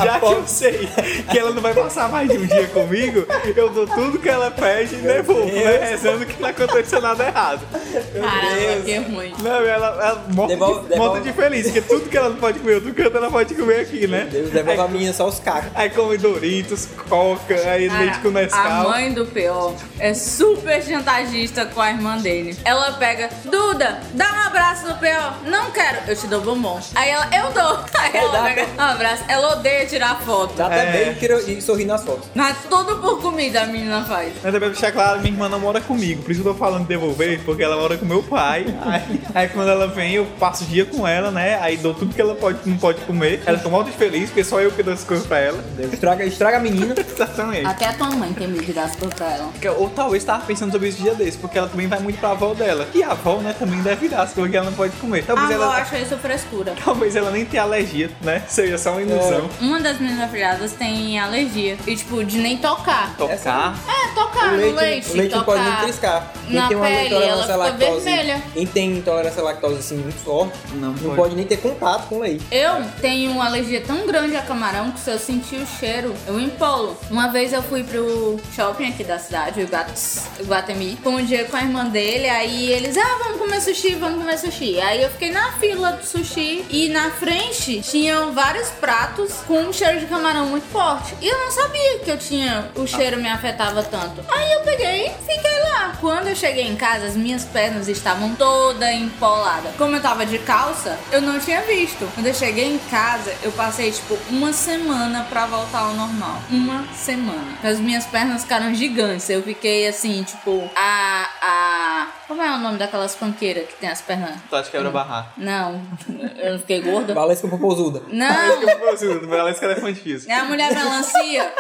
S3: Já que eu sei que ela não vai passar mais de um dia comigo, eu dou tudo que ela pede e devolvo, né? Rezando que não aconteça nada errado.
S1: Caramba, que ruim.
S3: Não, ela, ela morta,
S2: Devolve-
S3: de,
S2: devolve.
S3: morta de feliz, porque tudo que ela não pode comer em outro canto, ela pode comer aqui, né?
S2: Deus, devolve a menina só os cacos.
S3: Aí come Doritos, Coca, aí leite com
S1: a
S3: Nescau.
S1: mãe do P.O. é super chantagista com a irmã dele. Ela pega, Duda, dá um abraço no P.O. Não quero, eu te dou bombom. Aí ela, eu dou. [LAUGHS] Aí ela
S2: dá,
S1: pega um abraço. Ela odeia tirar foto.
S2: Dá até
S3: É.
S2: bem e tira- e sorri nas fotos.
S1: Mas tudo por comida a menina faz.
S3: Mas também pra deixar claro, minha irmã não mora comigo, por isso que eu tô falando de devolver, porque ela mora com meu pai. Aí, aí quando ela vem, eu passo o dia com ela, né? Aí dou tudo que ela pode, não pode comer. Ela tá morta de feliz, porque só eu que dou as coisas pra ela. [LAUGHS]
S2: Deus, Estraga, estraga a menina.
S3: Exatamente.
S1: Até a tua mãe tem medo de dar as coisas pra ela.
S3: Que- Ou talvez tava pensando sobre isso dia desse, porque ela também vai muito pra avó dela. E a avó, né, também deve dar as coisas que ela não pode comer.
S1: A
S3: Talvez
S1: avó
S3: ela.
S1: acha isso frescura.
S3: Talvez ela nem tenha alergia, né? Seja só uma ilusão.
S1: uma das minhas afilhadas tem alergia. E, tipo, de nem tocar.
S3: Tocar.
S1: É, tocar
S2: O
S1: no leite.
S2: o leite não
S1: tocar.
S2: pode nem triscar. Quem
S1: na
S2: tem uma
S1: pele,
S2: intolerância à
S1: ela fica
S2: lactose,
S1: vermelha.
S2: quem tem intolerância à lactose assim muito forte,
S3: Não
S2: não
S3: pode.
S2: pode. nem ter contato com leite.
S1: Eu tenho uma alergia tão grande a camarão que se eu sentir o cheiro, eu empolo. Uma vez eu fui pro shopping aqui da cidade, o Ibat- Iguatemi, com um dia com a irmã dele, aí eles, ah, vamos comer sushi, vamos comer sushi. Aí eu fiquei na fila do sushi e na frente tinham vários pratos com um cheiro de camarão muito forte. E eu não sabia que eu tinha, o cheiro me afetava tanto. Aí eu peguei e fiquei lá. Quando eu cheguei em casa, as minhas pernas estavam toda empolada. Como eu tava de calça, eu não tinha visto. Quando eu cheguei em casa, eu passei tipo uma semana pra voltar ao normal. Uma semana. As minhas pernas ficaram gigantes. Eu fiquei assim, tipo, a. a. Como é o nome daquelas panqueiras que tem as pernas?
S3: Tu acha que era barrar?
S1: Não, [LAUGHS] eu não fiquei gorda.
S2: Valesca popozuda.
S1: Não!
S3: Ela é elefante físico.
S1: É a mulher melancia.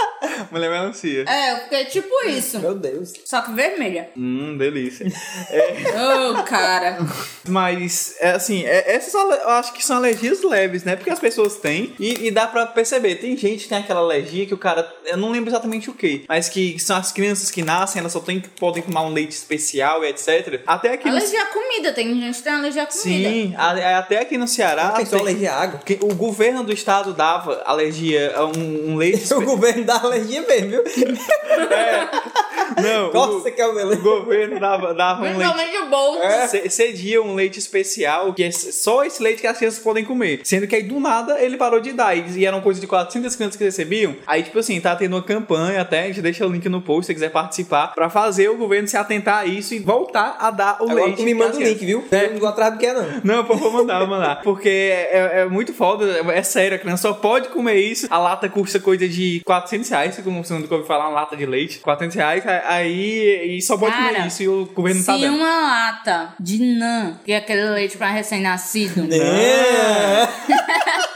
S3: Mulher melancia.
S1: É, eu fiquei tipo isso.
S2: Meu Deus.
S1: Só que vermelha.
S3: Hum, delícia.
S1: Ô, cara.
S3: Mas, é assim, é- essas ale- eu acho que são alergias leves, né? Porque as pessoas têm e, e dá pra perceber. Tem gente que tem aquela alergia que o cara, eu não lembro exatamente o que, mas que são as crianças que nascem, elas só tem, podem tomar um leite especial e etc. Até aqui no
S1: Alergia à comida, tem gente que tem alergia à comida.
S3: Sim, a- a- até aqui no Ceará.
S2: Ah, pessoa
S3: tem-
S2: alergia à água.
S3: que o governo do estado dava alergia a um, um leite.
S2: O governo dá alergia mesmo, viu?
S3: Não, o,
S2: Nossa, que é o
S3: o [LAUGHS] governo dava, dava um leite.
S1: Principalmente o bolso.
S2: É?
S3: ce- Cedia um leite especial, que é só esse leite que as crianças podem comer. Sendo que aí do nada ele parou de dar. E e eram coisa de 400 crianças que recebiam. Aí, tipo assim, tá tendo uma campanha até. A gente deixa o link no post se você quiser participar. Pra fazer o governo se atentar a isso e voltar a dar o
S2: Agora
S3: leite.
S2: tu me manda
S3: pras
S2: o
S3: crianças.
S2: link, viu? Eu não vou atrás do que é, não.
S3: Não, pô, vou mandar, vou mandar. Porque é, é muito foda, é sério, a criança só pode comer isso. A lata custa coisa de 400 reais, como você nunca ouviu falar, uma lata de leite. 400 reais, a- aí e só pode
S1: Cara,
S3: comer isso e o governo não tá
S1: Se um-
S3: dando.
S1: uma lata de NAN, que é aquele leite pra recém-nascido,
S2: Né? É.
S3: [LAUGHS]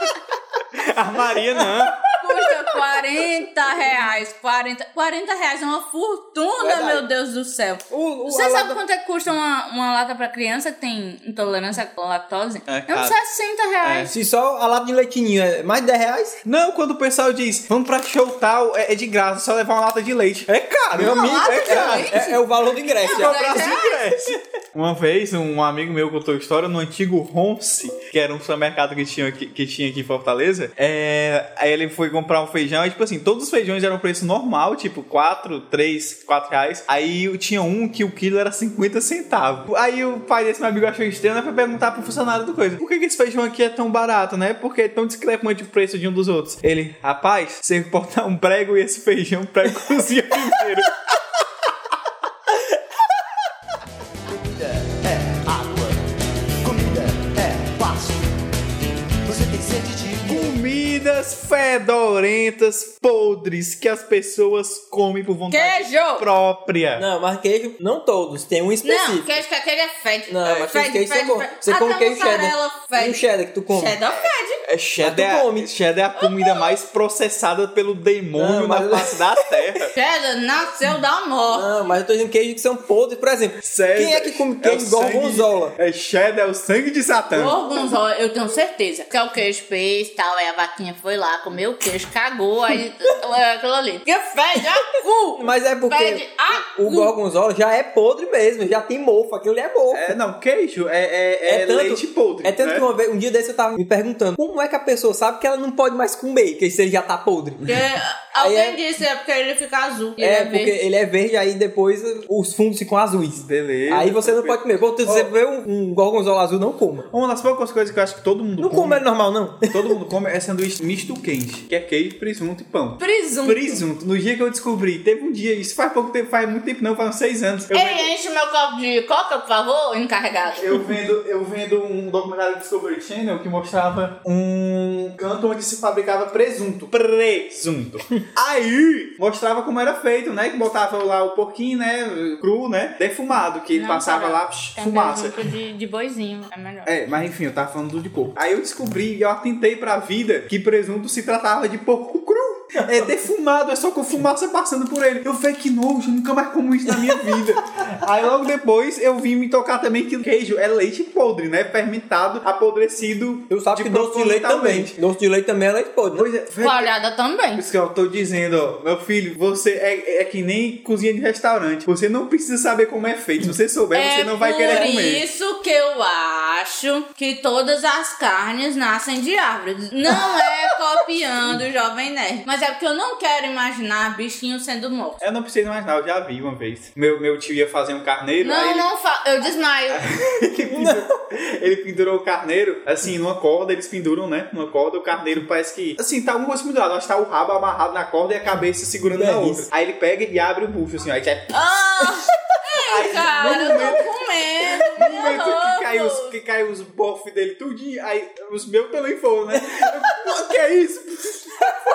S3: A Maria não.
S1: custa 40 reais. 40, 40 reais é uma fortuna,
S2: Verdade.
S1: meu Deus do céu.
S2: O, o,
S1: Você
S2: a
S1: sabe
S2: lata-
S1: quanto é que custa uma, uma lata pra criança que tem intolerância à lactose?
S3: É
S1: uns
S3: caro.
S1: 60 reais.
S2: É. Se só a lata de leitinho é mais de 10 reais,
S3: Não, quando o pessoal diz, vamos pra show tal, é, é de graça, só levar uma lata de leite. É caro, meu amigo,
S1: lata
S3: é
S1: de
S3: caro.
S1: leite?
S2: é, é o valor do ingresso.
S1: É,
S2: ó.
S1: mas-
S3: Brasil cresce. Uma vez, um amigo meu contou a história no antigo Ronce, que era um supermercado que tinha aqui, que tinha aqui em Fortaleza. É, aí ele foi comprar um feijão, e tipo assim, todos os feijões eram preço normal, tipo 4, 3, 4 reais. Aí eu tinha um que o quilo era 50 centavos. Aí o pai desse meu amigo achou estranho, né, foi perguntar pro funcionário do coisa, por que, que esse feijão aqui é tão barato, né? Porque é tão discrepante o preço de um dos outros. Ele, rapaz, você botar um prego e esse feijão, o prego cozinha [LAUGHS] primeiro. Comidas fedorentas, podres, que as pessoas comem por
S2: É.
S3: vontade
S1: Queijo!
S3: própria.
S2: Não, mas queijo, não todos, tem um específico.
S1: Não, queijo que aquele é fede.
S2: Não, mas tem
S1: fede,
S2: queijo que é
S1: fede,
S2: bom.
S1: fede.
S2: Você come
S1: Até
S2: queijo
S1: mussarela
S2: cheddar.
S1: fede.
S2: E o cheddar que tu come.
S1: Cheddar fede.
S3: É, cheddar,
S2: Mas tu come.
S3: cheddar é a comida mais processada pelo demônio
S2: Não, mas-
S3: na face da [LAUGHS] terra.
S1: Cheddar nasceu da morte.
S2: Não, mas eu tô dizendo queijo que são podres, por exemplo.
S3: Sério.
S2: Quem é que come
S3: o
S2: queijo
S3: sangue-
S2: gorgonzola?
S3: É cheddar, é o sangue de Satã.
S1: Gorgonzola, eu tenho certeza. Que é o queijo fez tal, aí a vaquinha foi lá, comeu o queijo, cagou, aí [LAUGHS] é aquilo ali. Que fede a cu!
S2: Mas é [LAUGHS] porque
S1: Fede a cu!
S2: o gorgonzola já é podre mesmo, já tem mofo, aquilo ali é mofo.
S3: É, não, queijo é, é, é leite podre.
S2: É tanto
S3: né?
S2: que uma vez, um dia desse eu tava me perguntando como é que a pessoa sabe que ela não pode mais comer, que se ele já tá podre.
S1: Porque alguém
S2: Aí é-
S1: disse, é porque ele fica azul.
S2: É, porque ele é verde, aí depois os fundos ficam azuis.
S3: Beleza.
S2: Aí você não pode comer. Quando você vê um, um gorgonzola azul, não coma.
S3: Uma das poucas coisas que eu acho que todo mundo
S2: Não
S3: come.
S2: coma é normal, não.
S3: Todo mundo come é sanduíche misto quente, que é queijo, presunto e pão.
S1: Presunto.
S3: Presunto. No dia que eu descobri, teve um dia, isso faz pouco tempo, faz muito tempo não, faz uns seis anos. Eu vendo,
S1: Ei, enche meu copo de coca, por favor, encarregado.
S3: eu vendo, eu vendo um documentário do Discovery Channel que mostrava um canto onde se fabricava presunto. Presunto. [LAUGHS] Aí mostrava como era feito, né? Que botava lá o porquinho, né? Cru, né? Defumado, que
S1: Não,
S3: passava
S1: cara,
S3: lá, psh, fumaça.
S1: um de, de boizinho, é melhor.
S3: É, mas enfim, eu tava falando do de porco. Aí eu descobri, eu atentei pra vida que presunto se tratava de porco cru. é defumado, é só com fumaça passando por ele. Eu falei, que nojo, eu nunca mais como isso na minha [LAUGHS] vida. Aí logo depois eu vim me tocar também que queijo é leite podre, né? Fermentado, apodrecido.
S2: Tu sabe que doce de leite também.
S3: propositalmente.
S2: Doce de leite também é leite podre.
S3: Pois é, véi,
S1: Coalhada também.
S3: isso que eu tô dizendo, ó, meu filho, você é, é que nem cozinha de restaurante. Você não precisa saber como é feito. Se você souber, você não vai querer
S1: por
S3: comer.
S1: isso que eu acho que todas as carnes nascem de árvores.
S3: [LAUGHS]
S1: Não é copiando o Jovem Nerd, mas é porque eu não quero imaginar bichinho sendo morto.
S3: Eu não preciso mais não, eu já vi uma vez. Meu, meu tio ia fazer um carneiro, aí
S1: Não,
S3: ele,
S1: não fa... Eu desmaio.
S3: ele pendurou, ele pendurou o carneiro, assim, numa corda, eles penduram, né? Numa corda, o carneiro parece que. Assim, tá um rosto pendurado, acho que tá o rabo amarrado na corda e a cabeça segurando na outra.
S2: Delícia.
S3: Aí ele pega e abre o bucho, assim, ó, aí já.
S1: Ah, ei, cara, eu tô com medo.
S3: No
S1: meu
S3: momento que caiu os,
S1: roubo.
S3: que cai os bofs dele tudinho, aí os meus também foram, né? Eu, Pô, que é isso?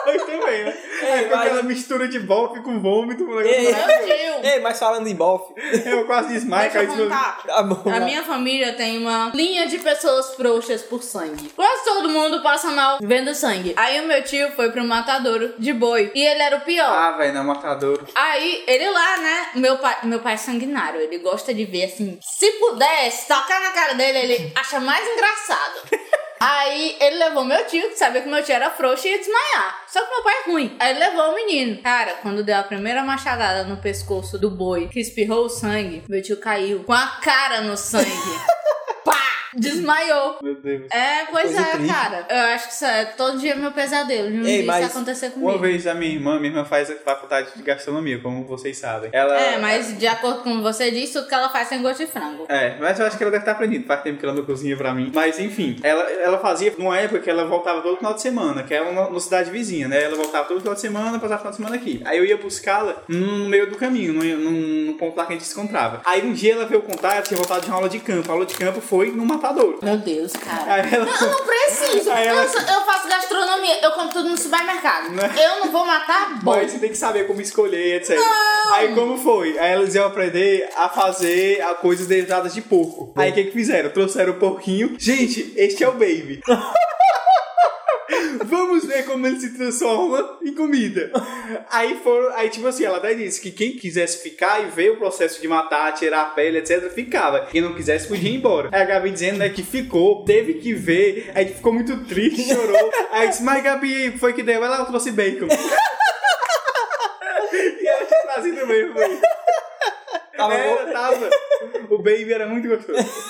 S3: Foi também, né? Aí com
S2: vai.
S3: aquela mistura de bofe com vômito, um negócio
S2: Ei.
S1: Meu Deus.
S2: Ei, mas falando em bofe,
S3: eu quase desmaio,
S1: Deixa
S3: caí
S1: eu
S3: de novo.
S1: contar.
S2: tá bom.
S1: A minha família tem uma linha de pessoas frouxas por sangue. Quase todo mundo passa mal vendo sangue. Aí o meu tio foi pro matadouro de boi. E ele era o pior.
S3: Ah, velho, não, matador.
S1: Aí, ele lá, né? Meu pai, meu pai é sanguinário. Ele gosta de ver assim. Se pudesse tocar na cara dele,
S2: [LAUGHS]
S1: ele acha mais engraçado. Aí ele levou meu tio, que sabia que meu tio era frouxo e ia desmaiar. Só que meu pai é ruim. Aí ele levou o menino. Cara, quando deu a primeira machadada no pescoço do boi, que espirrou o sangue, meu tio caiu com a cara no
S2: [LAUGHS]
S1: sangue. Pá! Desmaiou.
S3: Meu Deus.
S1: É, pois
S2: Coisa
S1: é,
S2: triste.
S1: cara. Eu acho que isso é todo dia meu pesadelo. De um
S2: Ei,
S1: dia
S2: mas
S1: isso acontecer comigo.
S3: Uma vez a minha irmã, minha irmã faz a faculdade de gastronomia, como vocês sabem. Ela.
S1: É, mas de acordo com você disse, tudo que ela faz tem gosto de frango.
S3: É, mas eu acho que ela deve estar aprendendo. Faz tempo que ela não cozinha pra mim. Mas enfim, ela, ela fazia numa época que ela voltava todo final de semana, que era uma, uma cidade vizinha, né? Ela voltava todo final de semana, passava o final de semana aqui. Aí eu ia buscá-la no meio do caminho, num, num- num ponto lá que a gente se encontrava. Aí um dia ela veio contar, ela tinha voltado de uma aula de campo. A aula de campo foi no matadouro.
S1: Meu Deus, cara.
S3: Aí ela.
S1: Não, eu não preciso.
S3: Aí ela- Né?
S1: Eu, sou- eu faço gastronomia, eu compro tudo no supermercado.
S3: Não.
S1: Eu não vou matar boi.
S3: Mas você tem que saber como escolher, etc. Aí como foi? Aí eles iam aprender a fazer a coisas derivadas de porco. Aí o que, que fizeram? Trouxeram o porquinho. Gente, este é o baby. Vamos ver como ele se transforma em comida. Aí foram. Aí, tipo assim, ela até disse que quem quisesse ficar e ver o processo de matar, tirar a pele, etc., ficava. Quem não quisesse, podia ir embora. Aí a Gabi dizendo, né, que ficou, teve que ver. Aí ficou muito triste, chorou. Aí disse, mas Gabi, foi que deu. Ela trouxe bacon. E ela tinha trazido mesmo. velho.
S2: Tava
S3: era, tava. O baby era muito gostoso.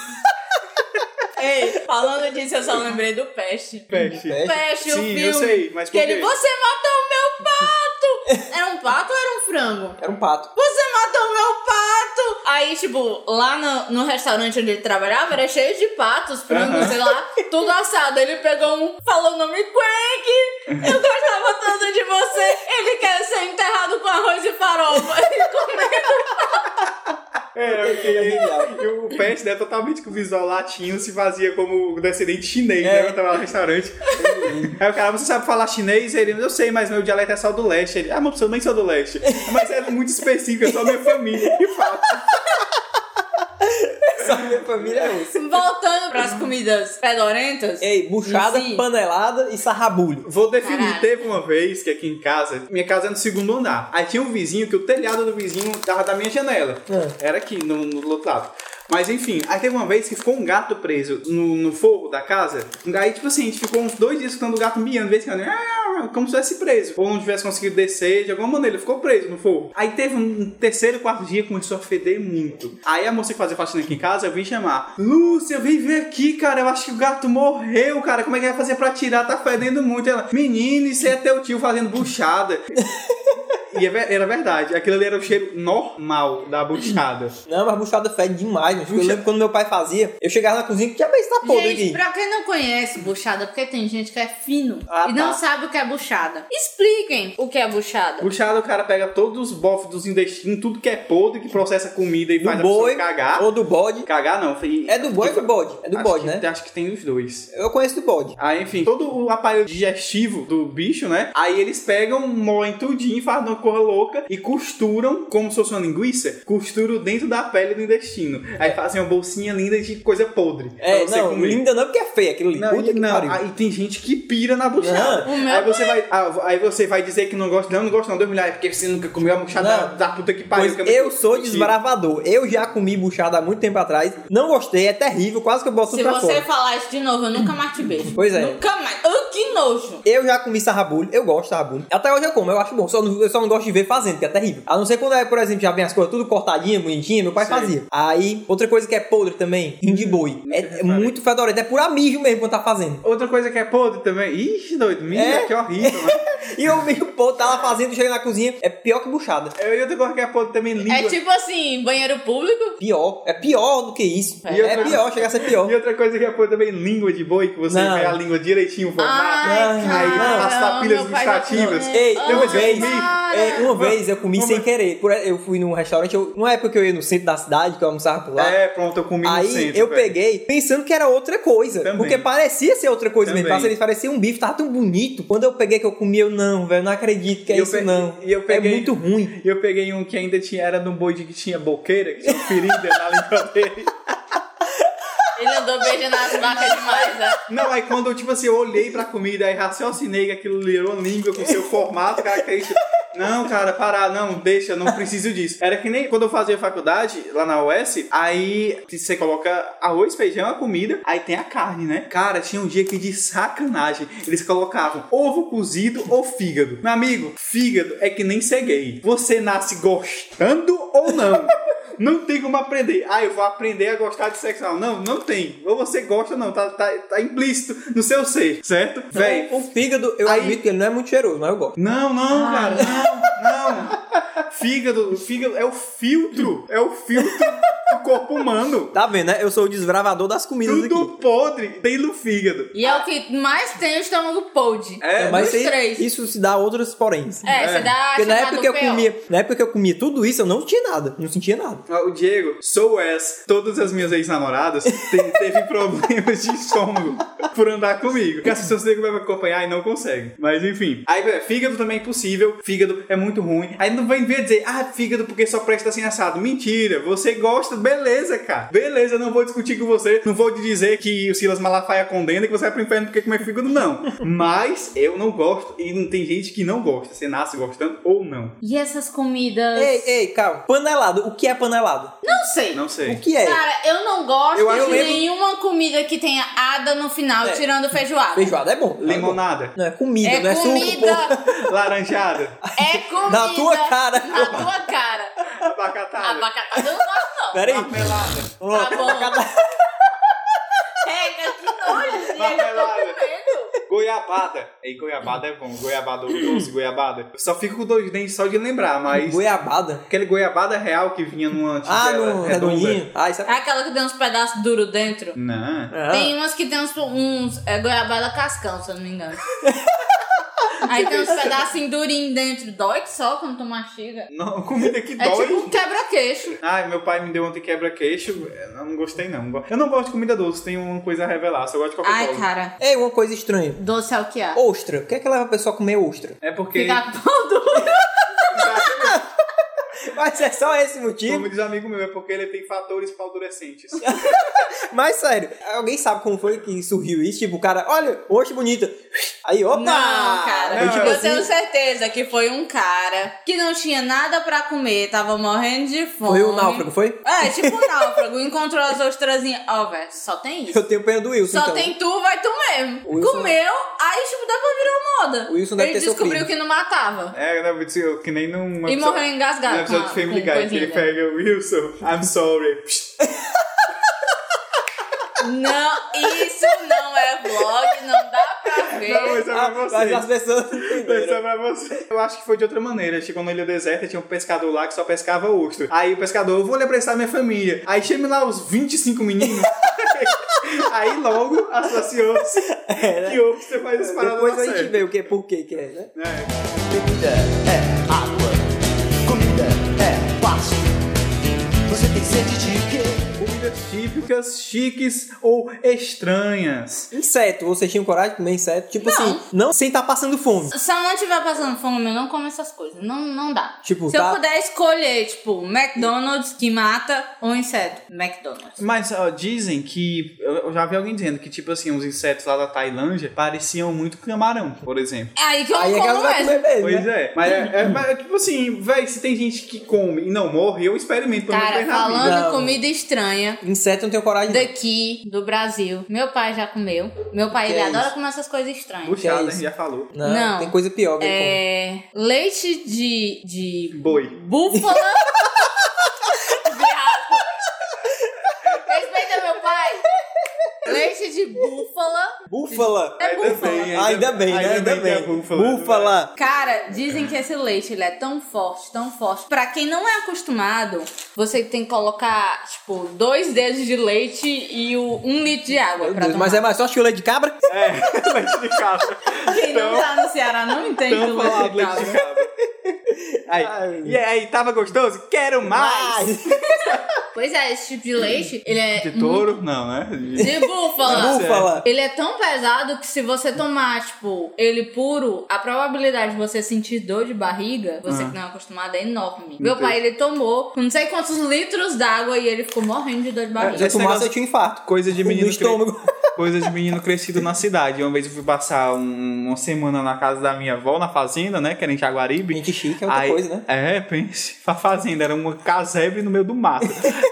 S1: Ei, falando disso, eu só lembrei do peste.
S3: Peste.
S1: Peste, o
S3: Sim,
S1: filme.
S3: eu sei, mas
S1: que
S3: por quê?
S1: ele, você matou o meu pato! Era um pato ou era um frango?
S2: Era um pato.
S1: Você matou o meu pato! Aí, tipo, lá no, no restaurante onde ele trabalhava, era cheio de patos, frangos,
S3: Aham.
S1: sei lá, tudo assado. Ele pegou um, falou o nome Quake! Eu gostava tanto de você! Ele quer ser enterrado com arroz e farofa! [LAUGHS] Ele comendo!
S3: É, porque e o Pest, né, totalmente com o visual latino, se fazia como descendente chinês, né? Eu tava lá no restaurante. Aí o cara, você sabe falar chinês? Ele, eu sei, mas meu dialeto é só do leste. Ele, ah, mas eu nem sou do leste. Mas é muito específico, é só minha família que fala.
S2: Só minha família é russa.
S1: assim, Voltando pras comidas fedorentas.
S2: Ei, buchada,
S1: Sim.
S2: panelada e sarrabulho.
S3: Vou definir.
S1: Caralho.
S3: Teve uma vez que aqui em casa, minha casa é no segundo andar. Aí tinha um vizinho que o telhado do vizinho dava da minha janela. Era aqui, no, no outro lado. Mas enfim, aí teve uma vez que ficou um gato preso no, no forro da casa. Aí, tipo assim, a gente ficou uns dois dias escutando o gato miando, de vez em quando, "Ah", como se tivesse preso. Ou não tivesse conseguido descer, de alguma maneira, ele ficou preso no forro. Aí teve um terceiro, quarto dia, começou a feder muito. Aí a moça que fazia faxina aqui em casa, eu vim chamar. Lúcia, vem ver aqui, cara, eu acho que o gato morreu, cara. Como é que vai fazer pra tirar? Tá fedendo muito. Ela, menino, isso é teu tio fazendo buchada. E é ver- era verdade, aquilo ali era o cheiro normal da buchada.
S2: Não, mas buchada fede demais, mas eu
S3: Bucha-
S2: lembro quando meu pai fazia, eu chegava na cozinha, que diabo é isso tá podre
S1: Gente,
S2: aqui?
S1: pra quem não conhece buchada, porque tem gente que é fino
S3: Ah,
S1: e não
S3: tá.
S1: sabe o que é buchada. Expliquem o que é buchada.
S3: Buchada, o cara pega todos os bofs dos intestinos, tudo que é podre, que processa comida e faz
S2: Do
S3: a pessoa
S2: boi
S3: cagar.
S2: ou do bode.
S3: Cagar não, foi-
S2: É do boi ou
S3: que
S2: do bode? É do
S3: acho
S2: bode,
S3: que- tá.
S2: né?
S3: Acho que tem os dois.
S2: Eu conheço do bode.
S3: Aí, enfim, todo o aparelho digestivo do bicho, né? Aí eles pegam, moem tudinho e fazem uma porra louca e costuram, como se fosse uma linguiça, costuram dentro da pele do intestino. Aí fazem uma bolsinha linda de coisa podre.
S2: É,
S3: pra você
S2: não,
S3: comer.
S2: linda não, porque é feia aquilo ali.
S3: Não,
S2: Puta que
S3: não,
S2: pariu.
S3: aí tem gente que pira na buchada.
S2: Não.
S1: O meu
S3: Aí você vai, ah, aí você vai dizer que não gosta, não, não gosta não, Deus me livre, é porque você nunca comeu a buchada
S2: Não.
S3: da puta que pariu.
S2: Pois
S3: que é
S2: eu
S3: muito
S2: sou
S3: mentira.
S2: desbravador. Eu já comi buchada há muito tempo atrás. Não gostei, é terrível, quase que eu boto
S1: Se
S2: tudo pra
S1: você
S2: fora.
S1: falar isso de novo, eu nunca mais te beijo.
S2: Pois é.
S1: Nunca mais. Ah, que nojo.
S2: Eu já comi sarrabulho, eu gosto de sarrabulho. Até hoje eu como, eu acho bom. Só não- eu só não gosto de ver fazendo, porque é terrível. A não ser quando é, por exemplo, já vem as coisas tudo cortadinha, bonitinha, meu pai
S3: Sei. Uhum.
S2: fazia. Aí, outra coisa que é podre também, rim de boi. É, é muito fedorento, é pura mijo mesmo quando tá fazendo.
S3: Outra coisa que é podre também. Ixi, doido, minha,
S2: É?
S3: que horrível,
S2: [LAUGHS]
S3: né?
S2: E o mijo podre tá lá fazendo, chega na cozinha, é pior que buchada.
S3: E outra coisa que é podre também, língua.
S1: É tipo assim, banheiro público.
S2: Pior, é pior do que isso.
S1: E
S2: É
S3: outra-
S2: pior, chega a ser pior.
S3: E outra coisa que é podre também, língua de boi, que você
S2: Não.
S3: vê a língua direitinho formada.
S1: Ai,
S3: aí
S1: cara,
S3: as papilhas
S1: meu pai já
S3: gustativas.
S1: comeu.
S2: Ei,
S1: Ah,
S2: uma vez,
S1: cara.
S2: é, uma vez eu comi
S3: Uma-
S2: sem querer. Por- eu fui num restaurante, eu, numa época que eu ia no centro da cidade, que eu almoçava por lá.
S3: É, pronto, eu comi
S2: Aí
S3: no centro.
S2: eu
S3: velho.
S2: peguei pensando que era outra coisa.
S3: Também.
S2: Porque parecia ser outra coisa
S3: Também.
S2: mesmo. Parecia, parecia um bife, tava tão bonito. Quando eu peguei que eu comi, eu não, velho, não acredito que é
S3: E eu
S2: isso
S3: pe-
S2: não.
S3: e eu peguei-
S2: É muito ruim.
S3: E eu peguei um que ainda tinha, era de um boi de que tinha boqueira, que tinha ferida na língua [LAUGHS] dele.
S1: Ele andou beijando as vacas demais, né?
S3: Não, aí quando eu, tipo assim, eu olhei pra comida, aí raciocinei que aquilo lirou língua com seu formato característico. Não, cara, parar, não, deixa, eu não preciso disso. Era que nem quando eu fazia faculdade lá na US, aí você coloca arroz, feijão, a comida, aí tem a carne, né? Cara, tinha um dia que de sacanagem eles colocavam ovo cozido ou fígado. Meu amigo, fígado é que nem ser gay. Você nasce gostando ou não. Não tem como aprender. Ah, eu vou aprender a gostar de sexo. anal. Não, não tem. Ou você gosta, ou não. Tá, tá, tá implícito no seu ser, certo? Véi.
S2: O fígado, eu
S3: Aí-
S2: admito que ele não é muito cheiroso, mas eu gosto.
S3: Não, não, cara. Não, não. Fígado, fígado é o filtro. É o filtro do corpo humano.
S2: Tá vendo, né? Eu sou o desbravador das comidas aqui.
S3: Tudo podre tem no fígado.
S1: E é o que mais tem o estômago podre.
S3: É,
S2: mas
S1: dos
S2: isso-
S1: três.
S2: isso se dá outros porém.
S1: É, você dá
S2: Porque
S1: chamado
S2: na época, que eu
S1: PO.
S2: comia, na época que eu comia tudo isso, eu não tinha nada. Não sentia nada.
S3: O Diego, sou as, todas as minhas ex-namoradas te-
S2: [LAUGHS]
S3: teve problemas de estômago por andar comigo. Porque assim, as pessoas têm que me acompanhar e não conseguem. Mas enfim. Aí, velho, fígado também é impossível. Fígado é muito ruim. Aí não vem ver dizer, ah, fígado porque só presta assim assado. Mentira, você gosta, beleza, cara. Beleza, não vou discutir com você. Não vou te dizer que o Silas Malafaia condena e que você vai pro inferno porque comer fígado, não. Mas eu não gosto e não tem gente que não gosta. Você nasce gostando ou não.
S1: E essas comidas?
S2: Ei, ei, calma. Panelado. O que é panelado?
S1: Não sei.
S3: Não sei.
S2: O que é?
S1: Cara, eu não gosto
S3: Eu
S1: de
S3: acho- eu lembro-
S1: nenhuma comida que tenha ada no final,
S2: É.
S1: tirando feijoada.
S2: Feijoada é bom.
S3: Limonada,
S2: Não, é comida,
S1: É
S2: não é suco,
S1: comida.
S2: pô.
S3: laranjada,
S1: É comida.
S2: [LAUGHS] Na tua cara.
S1: Na tua cara.
S3: abacatada.
S1: Abacatada eu não gosto, não.
S2: Peraí.
S3: Marmelada.
S1: Tá bom. Pega, que nojo, Diego. Eu
S3: Marmelada.
S1: tô comendo.
S3: Goiabada. Ei, goiabada é bom. Goiabada doce, goiabada. Eu só fico com dois dentes só de lembrar, mas.
S2: Goiabada.
S3: Aquele goiabada real que é vinha numa
S2: Ah,
S3: tigela
S2: no
S3: redonda.
S2: redondinho. Ah, isso é...
S1: Aquela que tem uns pedaços duros dentro.
S3: Não.
S2: Ah.
S1: Tem umas que tem uns, uns é, goiabada cascão, se eu não me
S2: [LAUGHS]
S1: engano. Aí tem uns pedacinhos durinhos dentro. Dói que só quando tu mastiga.
S3: Não, [LAUGHS] comida que
S1: É
S3: dói.
S1: tipo um quebra-queixo.
S3: Ai, meu pai me deu ontem quebra-queixo. Eu não gostei, não. Eu não gosto de comida doce, tem uma coisa a revelar. Só gosto de
S1: Ai,
S3: Coca-Cola.
S1: cara.
S2: Ei, uma coisa estranha.
S1: Doce é o que há.
S2: Ostra. O que é que leva a pessoa a comer ostra?
S3: É porque. [LAUGHS]
S1: Ficar com pão
S2: [LAUGHS]
S1: duro.
S2: Mas é só esse
S3: Como
S2: motivo.
S3: diz amigo meu, é porque ele tem fatores paldurecentes.
S2: Mas sério, alguém sabe como foi que surgiu isso? Tipo, o cara, olha, ostra bonita. Aí, opa!
S1: Não, cara.
S2: Aí,
S3: Não,
S2: tipo
S1: eu
S2: assim,
S1: tenho certeza que foi um cara que não tinha nada pra comer, tava morrendo de fome.
S2: foi o náufrago, foi?
S1: É, tipo um náufrago. Encontrou as ostrazinhas. Ó, velho, só tem isso.
S2: Eu tenho pena do Wilson,
S1: Só
S2: então.
S1: tem tu, vai tu mesmo.
S2: O Wilson-
S1: Comeu, aí tipo, depois virou moda.
S2: O Wilson deve
S1: Ele
S2: ter
S1: descobriu
S2: sofrido.
S1: que não matava.
S3: é, né? eu disse, eu- Que nem num.
S1: e morreu engasgado.
S3: No
S1: com
S3: episódio
S1: a-
S3: de Family
S1: com
S3: Guy, que ele
S1: coisinha.
S3: pega o Wilson, I'm sorry. Psh,
S1: Não, isso não é vlog, não dá pra ver.
S3: Não, isso é pra
S2: Ah,
S3: você.
S2: mas as pessoas
S3: Isso é
S2: entenderam.
S3: pra você. Eu acho que foi de outra maneira. Chegou na ilha deserta, tinha um pescador lá que só pescava ostra. Aí o pescador, eu vou lhe prestar minha família. Aí chame lá os 25 meninos. [LAUGHS] Aí logo associou-se
S2: É, né?
S3: que ostra faz as paradas
S2: Depois
S3: dar
S2: a gente
S3: certo.
S2: vê o que, por que que é, né?
S3: É.
S5: Bebida é água, comida é fácil. Você tem sede de quê?
S3: Comida típicas, chiques ou estranhas.
S2: Inseto, vocês tinham coragem de comer inseto? Tipo
S1: Não.
S2: assim, não sem estar passando fome.
S1: Se eu não estiver passando fome, eu não como essas coisas. Não, não dá.
S2: Tipo,
S1: Se
S2: tá-
S1: eu puder escolher, tipo, McDonald's que mata ou inseto, McDonald's.
S3: Mas ó, dizem que. Eu eu já vi alguém dizendo que, tipo assim, os insetos lá da Tailândia pareciam muito camarão, por exemplo.
S1: É aí que eu
S2: Aí é
S1: não
S2: que ela
S1: como
S2: vai comer
S1: mesmo.
S2: mesmo.
S3: Pois
S2: né?
S3: é. Mas é, é- mas é tipo assim, velho, se tem gente que come e não morre, eu experimento pelo menos
S1: Cara,
S3: pra errar a vida.
S1: falando
S2: Não.
S1: comida
S3: é.
S1: estranha,
S2: Inseto eu não tenho coragem. não.
S1: daqui do Brasil. Meu pai já comeu. Meu pai,
S2: Que
S1: ele
S2: é
S1: adora
S2: isso?
S1: comer essas coisas estranhas.
S3: Puxado,
S2: Que é
S3: né?
S2: isso?
S3: Já falou.
S2: Não,
S1: Não.
S2: tem coisa pior. né, que eu como.
S1: É. Leite de. de.
S3: Boi.
S1: búfala. Viado. Respeita meu pai. Leite de búfala.
S2: Búfala.
S1: É
S3: Ainda
S1: búfala.
S3: bem,
S2: Ainda bem, né? Ainda
S3: que é
S2: bem.
S3: búfala. É.
S2: Búfala.
S1: Cara, dizem que esse leite ele é tão forte, tão forte. Pra quem não é acostumado, você tem que colocar, tipo, dois dedos de leite e o, um litro de água
S2: Meu
S1: pra
S2: Deus,
S1: tomar.
S2: mas é mais forte que o leite de cabra?
S3: É, [LAUGHS] leite de cabra.
S6: Quem não
S3: Então,
S6: tá no Ceará não entende o
S3: então falando
S6: leite
S3: de
S6: de cabra.
S3: leite de cabra. Aí, e aí, tava gostoso? Quero mais!
S2: [LAUGHS]
S1: Pois é, esse tipo de leite, ele é
S3: De touro? Não, né? De-
S1: De búfala.
S2: Búfala.
S1: Ele é tão pesado que se você tomar, tipo, ele puro, a probabilidade de você sentir dor de barriga, você que não é acostumado, é enorme. Meu pai, ele tomou não sei quantos litros d'água e ele ficou morrendo de dor de barriga.
S2: Se eu
S3: Esse
S2: tomasse,
S3: negócio-
S2: eu tinha um infarto.
S3: Coisa de
S2: No
S3: menino cre-
S2: estômago.
S3: [LAUGHS] Coisa de menino crescido na cidade. Uma vez eu fui passar um- uma semana na casa da minha avó, na fazenda, né? Que era em Jaguaribe.
S2: Gente chique é outra
S3: Aí-
S2: coisa, né?
S3: É, pense. [LAUGHS] A fazenda era uma casebre no meio do
S2: [LAUGHS]
S3: mato.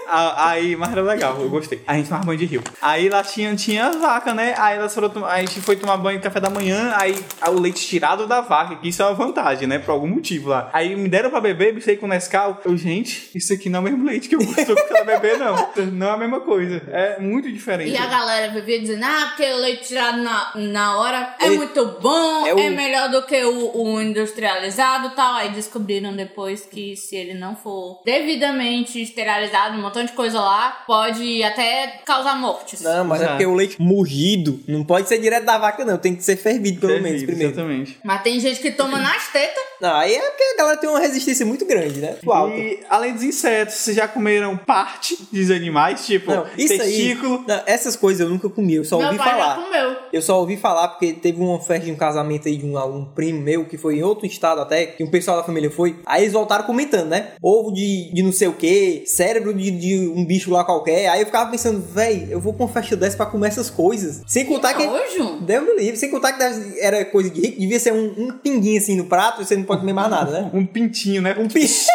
S3: A- aí, mas era legal, eu gostei. A gente tomava banho de rio. Aí lá tinha, tinha as vacas, né? Aí elas foram tomar- a gente foi tomar banho de café da manhã, aí a- o leite tirado da vaca, que isso é uma vantagem, né? Por algum motivo lá. Aí me deram pra beber, bichei com Nescau. Eu, gente, isso aqui não é o mesmo leite que eu costumo [LAUGHS] pra beber, não. Não é a mesma coisa. É muito diferente.
S1: E a galera vivia dizendo, ah, porque o leite tirado na, na hora é
S2: Ele-
S1: muito bom,
S2: é
S1: é,
S2: o-
S1: melhor do que o, o industrializado e tal. Aí descobriram depois que se ele não for devidamente esterilizado, um montão de coisa lá, pode até causar mortes.
S2: Não, mas é
S3: Exato.
S2: porque o leite morrido não pode ser direto da vaca, não. Tem que ser fervido, pelo menos,
S3: Terrível,
S2: primeiro.
S3: Exatamente.
S1: Mas tem gente que toma nas tetas.
S2: Não, aí é porque a galera tem uma resistência muito grande, né? Muito alta.
S3: E além dos insetos, vocês já comeram parte dos animais, tipo
S2: Não, isso aí.
S3: testículo,
S2: não, essas coisas eu nunca comi, eu só
S1: Meu
S2: ouvi
S1: pai
S2: falar.
S1: já comeu.
S2: Eu só ouvi falar porque teve uma festa de um casamento aí de um, um primo meu que foi em outro estado até, que um pessoal da família foi. Aí eles voltaram comentando, né? Ovo de, de não sei o que, cérebro de, de um bicho lá qualquer. Aí eu ficava pensando, véi, eu vou pra uma festa dessa pra comer essas coisas. Sem
S1: Tá
S2: contar que.
S1: Nojo.
S2: Deus me livre, sem contar que deve- era coisa de rico, devia ser um, um pinguinho assim no prato e você não pode comer mais nada,
S3: [LAUGHS]
S2: né?
S3: um pintinho, né?
S2: Um bicho.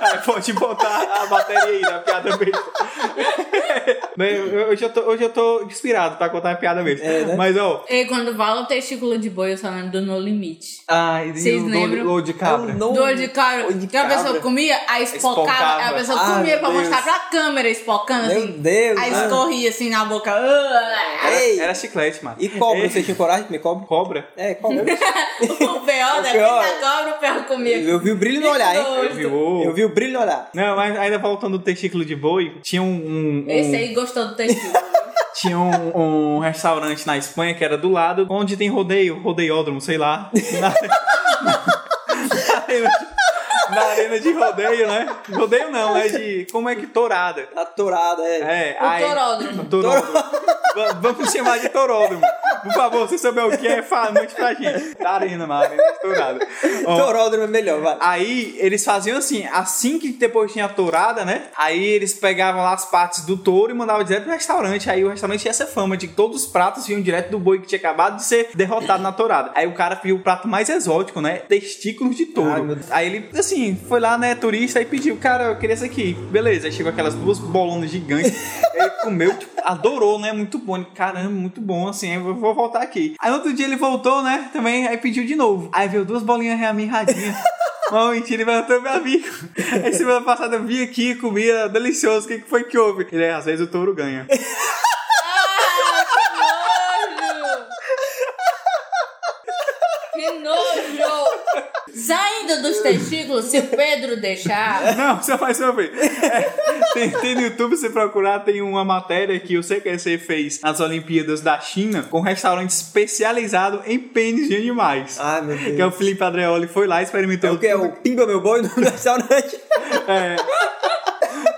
S3: Aí pode botar a bateria aí da piada mesmo. [LAUGHS] Bem, eu- Hoje eu, tô, hoje eu tô inspirado pra contar a piada mesmo.
S2: É, né?
S3: Mas, ó.
S1: E quando fala o testículo de boi, eu só lembro do No Limite.
S3: Ai,
S1: Vocês
S3: o
S1: lembram?
S3: Lou de cabra.
S2: Eu não-
S1: Dor de cara,
S2: Dor um de
S1: que a pessoa
S2: cabra.
S1: comia, aí espocava,
S3: Espocava.
S1: aí a pessoa
S2: Ah,
S1: comia pra
S2: meu
S1: mostrar
S2: Deus.
S1: pra câmera espocando,
S2: Meu
S1: assim.
S2: Deus. né?
S1: Aí
S2: mano.
S1: escorria assim na boca. [LAUGHS] Ah,
S2: Ei,
S3: Era chiclete, mano.
S2: E cobra,
S3: Ei,
S2: você tinha coragem de comer cobra?
S3: Cobra?
S1: [LAUGHS]
S2: É, cobra.
S1: O pior da
S2: pior.
S1: vida cobra, o pior é comia.
S2: Eu vi o brilho no olhar, hein?
S3: Eu vi o-
S2: Eu vi o brilho no olhar.
S3: Não, mas ainda voltando do testículo de boi, tinha um. um- um-
S1: Esse aí gostou do testículo.
S2: [LAUGHS]
S3: Tinha um, um restaurante na Espanha que era do lado, onde tem rodeio, rodeiódromo, sei lá. Na, na arena, de- na arena de rodeio, né? Rodeio não, é de. Como é que? Tourada.
S2: Aturada, é. [LAUGHS]
S3: É,
S1: O toródromo.
S3: Toródromo. Va- Vamos chamar de toródromo. Por favor, se souber o que é, fala muito pra gente. Da arena, mas arena de tourada. Ó,
S2: Toródromo é melhor, vai.
S3: Aí eles faziam assim, assim que depois tinha a tourada, né? Aí eles pegavam lá as partes do touro e mandavam direto pro restaurante. Aí o restaurante tinha essa fama de que todos os pratos vinham direto do boi que tinha acabado de ser derrotado na tourada. Aí o cara viu o prato mais exótico, né? Testículos de touro.
S2: Ai, meu Deus.
S3: aí ele, assim, foi lá, né, turista e pediu, cara, eu queria isso aqui. Beleza, aí chegou aquelas duas bolonas gigantes. ele comeu, tipo, adorou, né? Muito bom. Ele, Caramba, muito bom, assim, eu vou voltar aqui. Aí outro dia ele voltou, né? Também, aí pediu de novo. Aí veio duas bolinhas reamirradinhas. Uma mentira, ele perguntou meu amigo. Aí semana passada eu vim aqui, comia delicioso, o que que foi que houve? Ele, "É, às vezes o touro ganha.
S1: Nojo!
S2: [LAUGHS]
S1: Que nojo! Saindo dos testículos, se o Pedro deixar.
S3: Não, só mais uma vez. É, tem, tem no YouTube, se procurar, tem uma matéria que o CQC fez nas Olimpíadas da China com um restaurante especializado em pênis de animais.
S2: Ai, meu Deus.
S3: Que é o Felipe Andreoli foi lá e
S2: É [LAUGHS]
S3: experimentou.
S2: o que? É
S3: tudo.
S2: o Pimba Meu Boi no restaurante?
S3: É.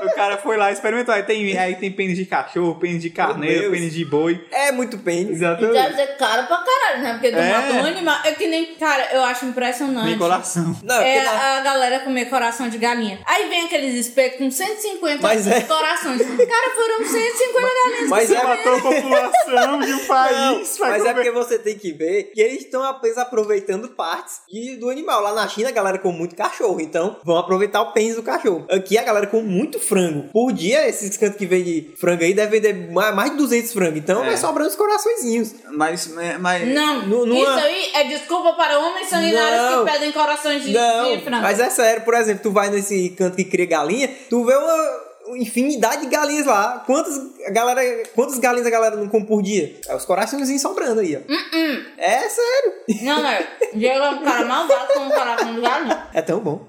S3: O cara foi lá, experimentou. Aí tem, aí tem pênis de cachorro, pênis de carneiro,
S2: Deus.
S3: pênis de boi.
S2: É muito pênis.
S1: E
S3: Exatamente.
S1: deve ser caro pra caralho, né? Porque tu
S3: É.
S1: mata um animal. É que nem. Cara, eu acho impressionante.
S3: Nem colação.
S2: Não, é
S1: É
S2: porque na-
S1: a galera comer coração de galinha. Aí vem aqueles espetos com 150
S2: Mas é.
S1: corações. Cara, foram 150 galinhas.
S2: Mas
S3: Você
S2: é
S3: matou a população de um país pra
S2: mas é
S3: comer.
S2: porque você tem que ver que eles estão apenas aproveitando partes de- do animal. Lá na China a galera come muito cachorro, então vão aproveitar o pênis do cachorro. Aqui a galera come muito frango. Por dia, esses cantos que vende frango aí devem vender ma- mais de 200 frangos. Então
S3: É.
S2: vai sobrando os coraçõezinhos.
S3: Mas,
S2: é,
S3: mas...
S1: Não,
S2: Não- não
S1: isso
S2: é-
S1: aí é desculpa para homens sanguinários
S2: Não.
S1: que pedem corações de,
S2: Não,
S1: de frango.
S2: mas é sério, por exemplo, tu vai nesse canto que cria galinha, tu vê uma uma infinidade de galinhas lá. Quantas a galera, quantas galinhas a galera não come por dia? É os coraçõezinhos sobrando aí, ó. É sério. [LAUGHS]
S1: Não, não. Diego é um cara malvado com um coração de galinha.
S2: É tão bom.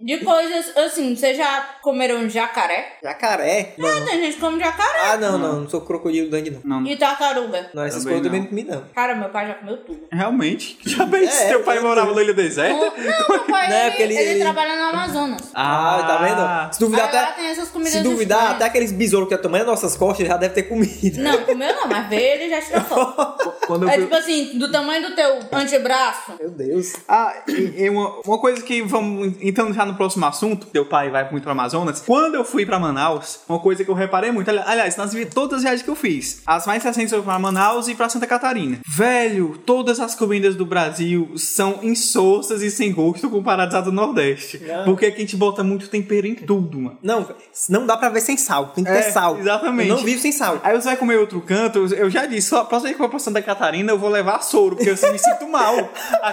S1: De coisas assim, vocês já comeram jacaré?
S2: Jacaré.
S1: Ah, tem gente que come jacaré
S2: Ah, não, não, não sou crocodilo dandy, não.
S1: e tartaruga.
S2: Não, essas coisas
S3: Também
S2: eu também
S3: não.
S2: não comi, não.
S1: Cara, meu pai já comeu tudo.
S3: Realmente. Já bem se
S2: É,
S3: teu pai
S2: eu-
S3: morava na Ilha Deserta.
S1: Não, meu pai,
S2: Não, é
S1: ele,
S2: porque ele-
S1: ele
S2: ele-
S1: trabalha na Amazonas.
S2: Ah, tá vendo? Se duvidar,
S1: Aí lá
S2: até,
S1: tem essas comidas
S2: se duvidar
S1: estranhas.
S2: até aqueles besouros que é o tamanho das nossas costas, ele já deve ter comido.
S1: Não, comeu não, mas veio ele já tirou foto.
S2: [LAUGHS]
S3: Quando eu
S1: É
S3: fui-
S1: tipo assim, do tamanho do teu antebraço.
S2: Meu Deus.
S3: Ah, e, e uma, uma coisa que vamos entrando já no próximo assunto, teu pai vai muito para Amazonas. Quando eu fui para Manaus, uma coisa que eu reparei muito, ali- aliás, nas vi- todas as viagens que eu fiz, as mais recentes foram para Manaus e para Santa Catarina. Velho, todas as comidas do Brasil são insorsas e sem gosto comparadas à do Nordeste, porque aqui a gente bota muito tempero em tudo, mano.
S2: Não, não dá pra ver sem sal. Tem que
S3: É,
S2: ter sal.
S3: exatamente.
S2: Eu não vivo sem sal.
S3: Aí você vai comer outro canto, eu já disse, só a próxima vez que eu for pra Santa Catarina eu vou levar soro, porque eu me sinto mal. A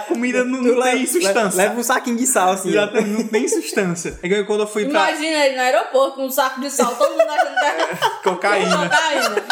S2: [LAUGHS]
S3: comida não, não tem substância.
S2: Leva um saquinho de sal, assim. ó.
S3: Exatamente, não tem substância. É que quando eu fui pra
S1: Imagina ele no aeroporto com um saco de sal, todo mundo achando que tá
S2: [LAUGHS]
S1: era
S2: Tá
S3: cocaína.
S1: cocaína.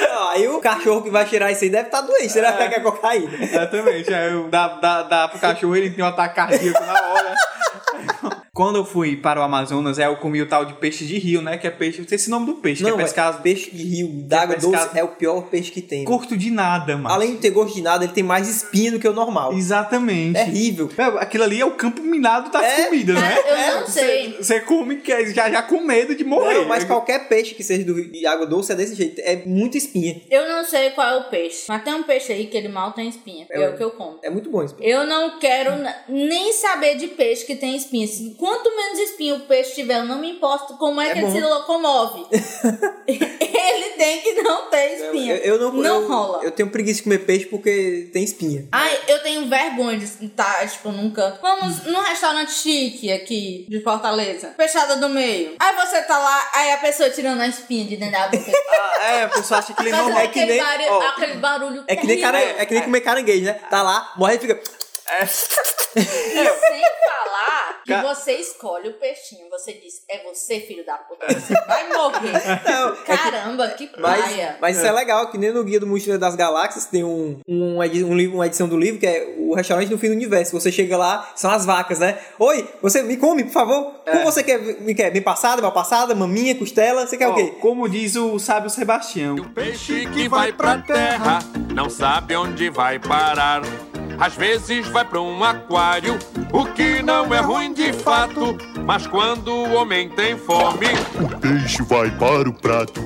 S2: Não, Aí o cachorro que vai cheirar isso aí deve estar doente, será que é cocaína?
S3: Exatamente. Aí eu dá, dá, dá pro cachorro, ele tem um ataque cardíaco na hora. [LAUGHS] Quando eu fui para o Amazonas, aí eu comi o tal de peixe de rio, né? Que é peixe, não sei se o nome do peixe, que
S2: Não,
S3: é pescado.
S2: é peixe de rio, d'água
S3: pescado. assim?
S2: doce, é o pior peixe que tem.
S3: Curto de nada, mano.
S2: Além de ter gosto de nada, ele tem mais espinho do que o normal.
S3: Exatamente.
S2: Terrível.
S3: É, Aquilo ali é o campo minado das
S2: É,
S3: comidas, né?
S1: Eu não sei.
S3: Você come que- é, já, já com medo de morrer.
S2: Não, mas qualquer peixe que seja do rio de água doce é desse jeito. É muita espinha.
S1: Eu não sei qual é o peixe. Mas tem um peixe aí que ele mal tem espinha. É, o que eu como.
S2: É muito bom isso.
S1: Eu não quero na- nem saber de peixe que tem espinha. Assim, Quanto menos espinha o peixe tiver, eu não me importo como é,
S2: É
S1: que
S2: bom.
S1: ele se
S2: [LAUGHS]
S1: locomove. [LAUGHS] ele tem que não ter espinha.
S2: Eu, eu não,
S1: Não
S2: eu-
S1: rola.
S2: Eu tenho preguiça de comer peixe porque tem espinha.
S1: Ai, eu tenho vergonha de estar, tipo, num canto. Vamos num restaurante chique aqui de Fortaleza. Fechada do meio. Aí você tá lá, aí a pessoa tirando a espinha de dentro da
S2: [LAUGHS]
S1: boca.
S3: Ah, [LAUGHS] é, a pessoa acha que ele não
S1: Fazendo
S3: é
S1: aquele,
S3: que nem.
S1: barulho,
S3: ó,
S1: aquele barulho
S2: É que nem,
S1: terrível.
S2: cara, é que nem comer caranguejo, né? Tá lá, morre e fica. é
S1: E sem falar que
S3: Ca-
S1: você escolhe o peixinho. Você diz, é você, filho da puta, você vai morrer.
S2: [LAUGHS] Não, é que-
S1: Caramba, que
S2: Mas,
S1: praia.
S2: mas isso é legal, que nem no Guia do Mochileiro das Galáxias tem um, um, edi- um livro, uma edição do livro que é o restaurante do fim do universo. Você chega lá, são as vacas, né? Oi, você me come, por favor? Como você quer? Me quer? Bem passada, mal passada, maminha, costela? Você quer o
S3: ó,
S2: quê?
S3: Como diz o sábio Sebastião,
S7: Peixe que vai pra terra, não sabe onde vai parar. Às vezes vai pra um aquário, o que não é ruim de fato. Mas quando o homem tem fome,
S8: peixe vai para o prato.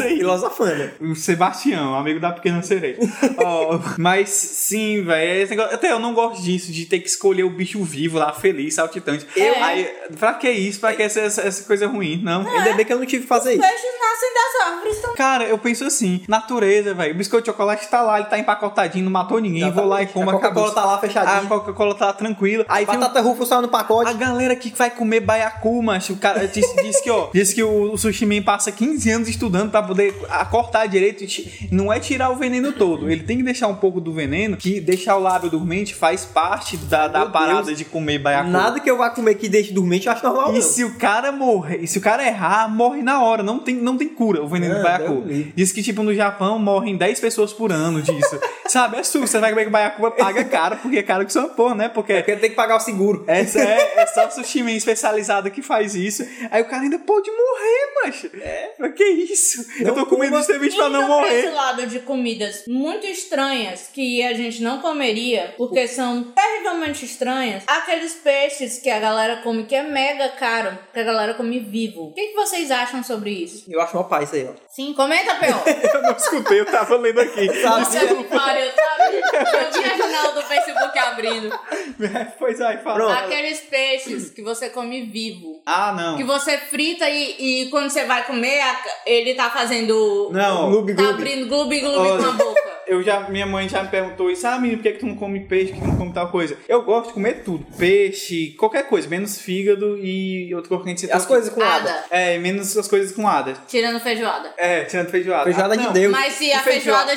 S2: Filosofana.
S3: O Sebastião, amigo da pequena sereia. Ó, mas sim, velho. Até eu não gosto disso, de ter que escolher o bicho vivo lá, feliz, saltitante.
S1: Eu-
S3: Aí, pra que isso? Pra que essa, essa- essa coisa ruim? Não.
S2: Ainda bem que eu não tive que fazer isso.
S1: Peixes nascem das árvores também.
S3: Cara, eu penso assim, natureza, velho. O biscoito de chocolate tá lá, ele tá empacotadinho, não matou ninguém. Vou lá e como
S2: a Coca-Cola tá lá
S3: A
S2: fechadinha.
S3: Coca-Cola tá tranquila. Aí tem o-
S2: Batata rufa só no pacote.
S3: A galera que vai comer baiacu, macho, o cara disse, disse
S2: [LAUGHS]
S3: que, ó, disse que o, o Sushi Man passa 15 anos estudando pra poder a- cortar direito. e ti- Não é tirar o veneno todo, ele tem que deixar um pouco do veneno, que deixar o lábio dormente faz parte da, da
S2: Meu
S3: parada de comer baiacu.
S2: Nada que eu vá comer que deixe dormente, eu acho normal.
S3: E
S2: não.
S3: se o cara morrer, e se o cara errar, morre na hora, não tem, não tem cura o veneno
S2: Ah,
S3: do baiacu.
S2: Deus me livre. [LAUGHS]
S3: Diz que, tipo, no Japão morrem 10 pessoas por ano disso. sabe? É suco. Você vai comer com baiacuba, paga caro, porque é caro que sua porra, né? Porque
S2: Porque tem que pagar o seguro.
S3: essa é, é só sushi man especializado que faz isso. Aí o cara ainda pode morrer, macho. É. Que isso? Eu tô comendo esse bicho pra não
S1: Indo Então, pra
S2: [LAUGHS]
S3: morrer.
S1: esse lado de comidas muito estranhas que a gente não comeria, porque são terrivelmente estranhas, aqueles peixes que a galera come que é mega caro, que a galera come vivo. O que, que vocês acham sobre isso?
S2: Eu acho uma paz isso aí, ó.
S1: Sim, comenta, P.O.
S3: Eu não escutei, eu tava lendo aqui.
S1: Você é um páreo, sabe? Eu vi a janela do Facebook abrindo.
S3: [LAUGHS] pois aí, fala.
S1: Aqueles peixes que você come vivo.
S3: Ah, não.
S1: Que você frita e, e quando você vai comer, a- ele tá fazendo.
S3: Não.
S2: Gloob,
S1: Tá
S2: gloob.
S1: abrindo gloob-gloob
S3: Olha.
S1: com a boca.
S3: eu já, minha mãe já me perguntou isso, ah, menino, por que, que tu não come peixe, por que tu não come tal coisa? Eu gosto de comer tudo, peixe, qualquer coisa, menos fígado e outra coisa que a gente citou
S2: As
S3: aqui.
S2: coisas com nada.
S1: Nada.
S3: É, menos as coisas com adas.
S1: Tirando feijoada.
S3: É, tirando feijoada.
S2: Feijoada
S3: Ah,
S2: de
S3: não.
S2: Deus.
S1: Mas se
S3: E
S1: a
S3: feijoada?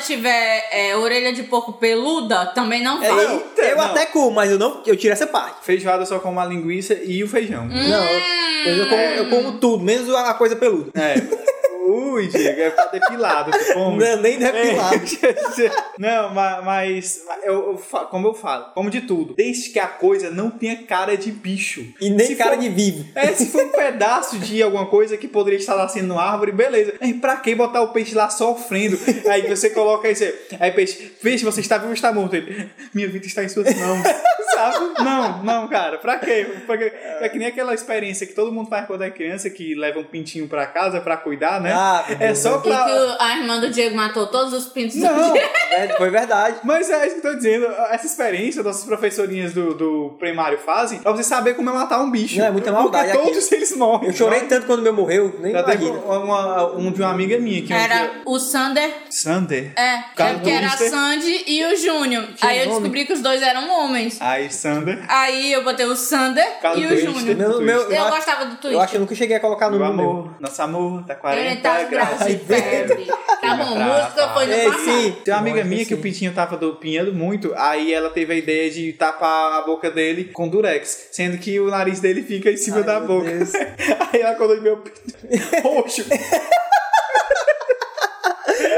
S1: feijoada tiver é, orelha de porco peluda, também não
S2: É,
S1: vai.
S2: eu- eu
S3: não.
S2: até como, mas eu não, eu tiro essa parte.
S3: Feijoada eu só como a linguiça e o feijão.
S2: Não, eu,
S3: Hum.
S2: eu, como, eu como tudo, menos a coisa peluda.
S3: É. Ui, Diego, é pra depilado, tu come.
S2: Não, é
S3: É.
S2: nem depilado.
S3: [LAUGHS] Não, ma- mas, mas eu, eu fa- como eu falo, como de tudo. Desde que a coisa não tenha cara de bicho.
S2: E nem
S3: Se
S2: cara
S3: for-
S2: de vivo.
S3: É, se for um pedaço de alguma coisa que poderia estar nascendo numa árvore, beleza. Aí pra que botar o peixe lá sofrendo? Aí você coloca aí, você, aí peixe, peixe, você está vivo ou está morto? Ele, minha vida está em suas mãos. [LAUGHS] Sabe? Não, não, cara, pra quê? Pra quê? É que nem aquela experiência que todo mundo faz quando é criança, que leva um pintinho pra casa pra cuidar, né?
S2: Ah,
S3: é só
S1: E que
S3: pra.
S1: o- a irmã do Diego matou todos os pintos do
S3: Não,
S1: Diego.
S2: É, foi verdade.
S3: mas é isso que eu tô dizendo. Essa experiência nossas professorinhas do, do primário fazem pra você saber como é matar um bicho.
S2: Não, é muita maldade
S3: Porque todos eles morrem.
S2: Eu chorei tanto quando meu morreu, nem
S3: Já teve
S2: imagina.
S3: uma- um de uma amiga minha
S2: é
S3: que
S1: Era o Sander.
S3: um dia- Sander.
S1: É,
S3: Cara,
S1: é porque era a
S3: Mister.
S1: Sandy e o Júnior. Aí eu descobri que os dois eram homens.
S3: Aí, Sander.
S1: Aí eu botei o Sander
S3: Cara,
S1: e o
S3: Twister.
S1: Júnior.
S2: Meu, meu, eu,
S1: Eu
S2: acho-
S1: gostava do
S2: eu acho que
S1: Twitter.
S2: eu nunca cheguei a colocar no
S3: Meu
S2: número. meu.
S3: amor, nosso amor tá 40
S1: 40
S3: graus.
S1: graus de febre. Tá bom, música foi no
S2: Ei,
S1: passado.
S2: É, sim.
S3: Tem uma amiga
S2: Nossa,
S3: minha que o
S2: sim.
S3: pintinho tava do- pinhando muito, aí ela teve a ideia de tapar a boca dele com durex, sendo que o nariz dele fica em cima
S2: Ai,
S3: da
S2: meu
S3: boca.
S2: Deus.
S3: [LAUGHS] aí ela colocou meu pinto
S2: [LAUGHS]
S3: roxo.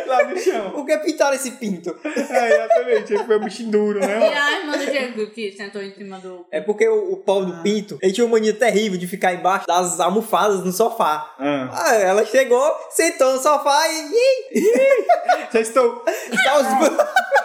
S3: Lá no chão.
S2: Por que pintaram esse pinto?
S3: É, exatamente. Foi um bichinho duro, né?
S1: E a irmã do Diego que sentou em cima do.
S2: É porque o, o pobre
S3: Ah.
S2: do pinto, ele tinha uma mania terrível de ficar embaixo das almofadas no sofá.
S3: Ah.
S2: Ah, ela chegou, sentou no sofá e... Ih,
S3: Já estou.
S2: tá os...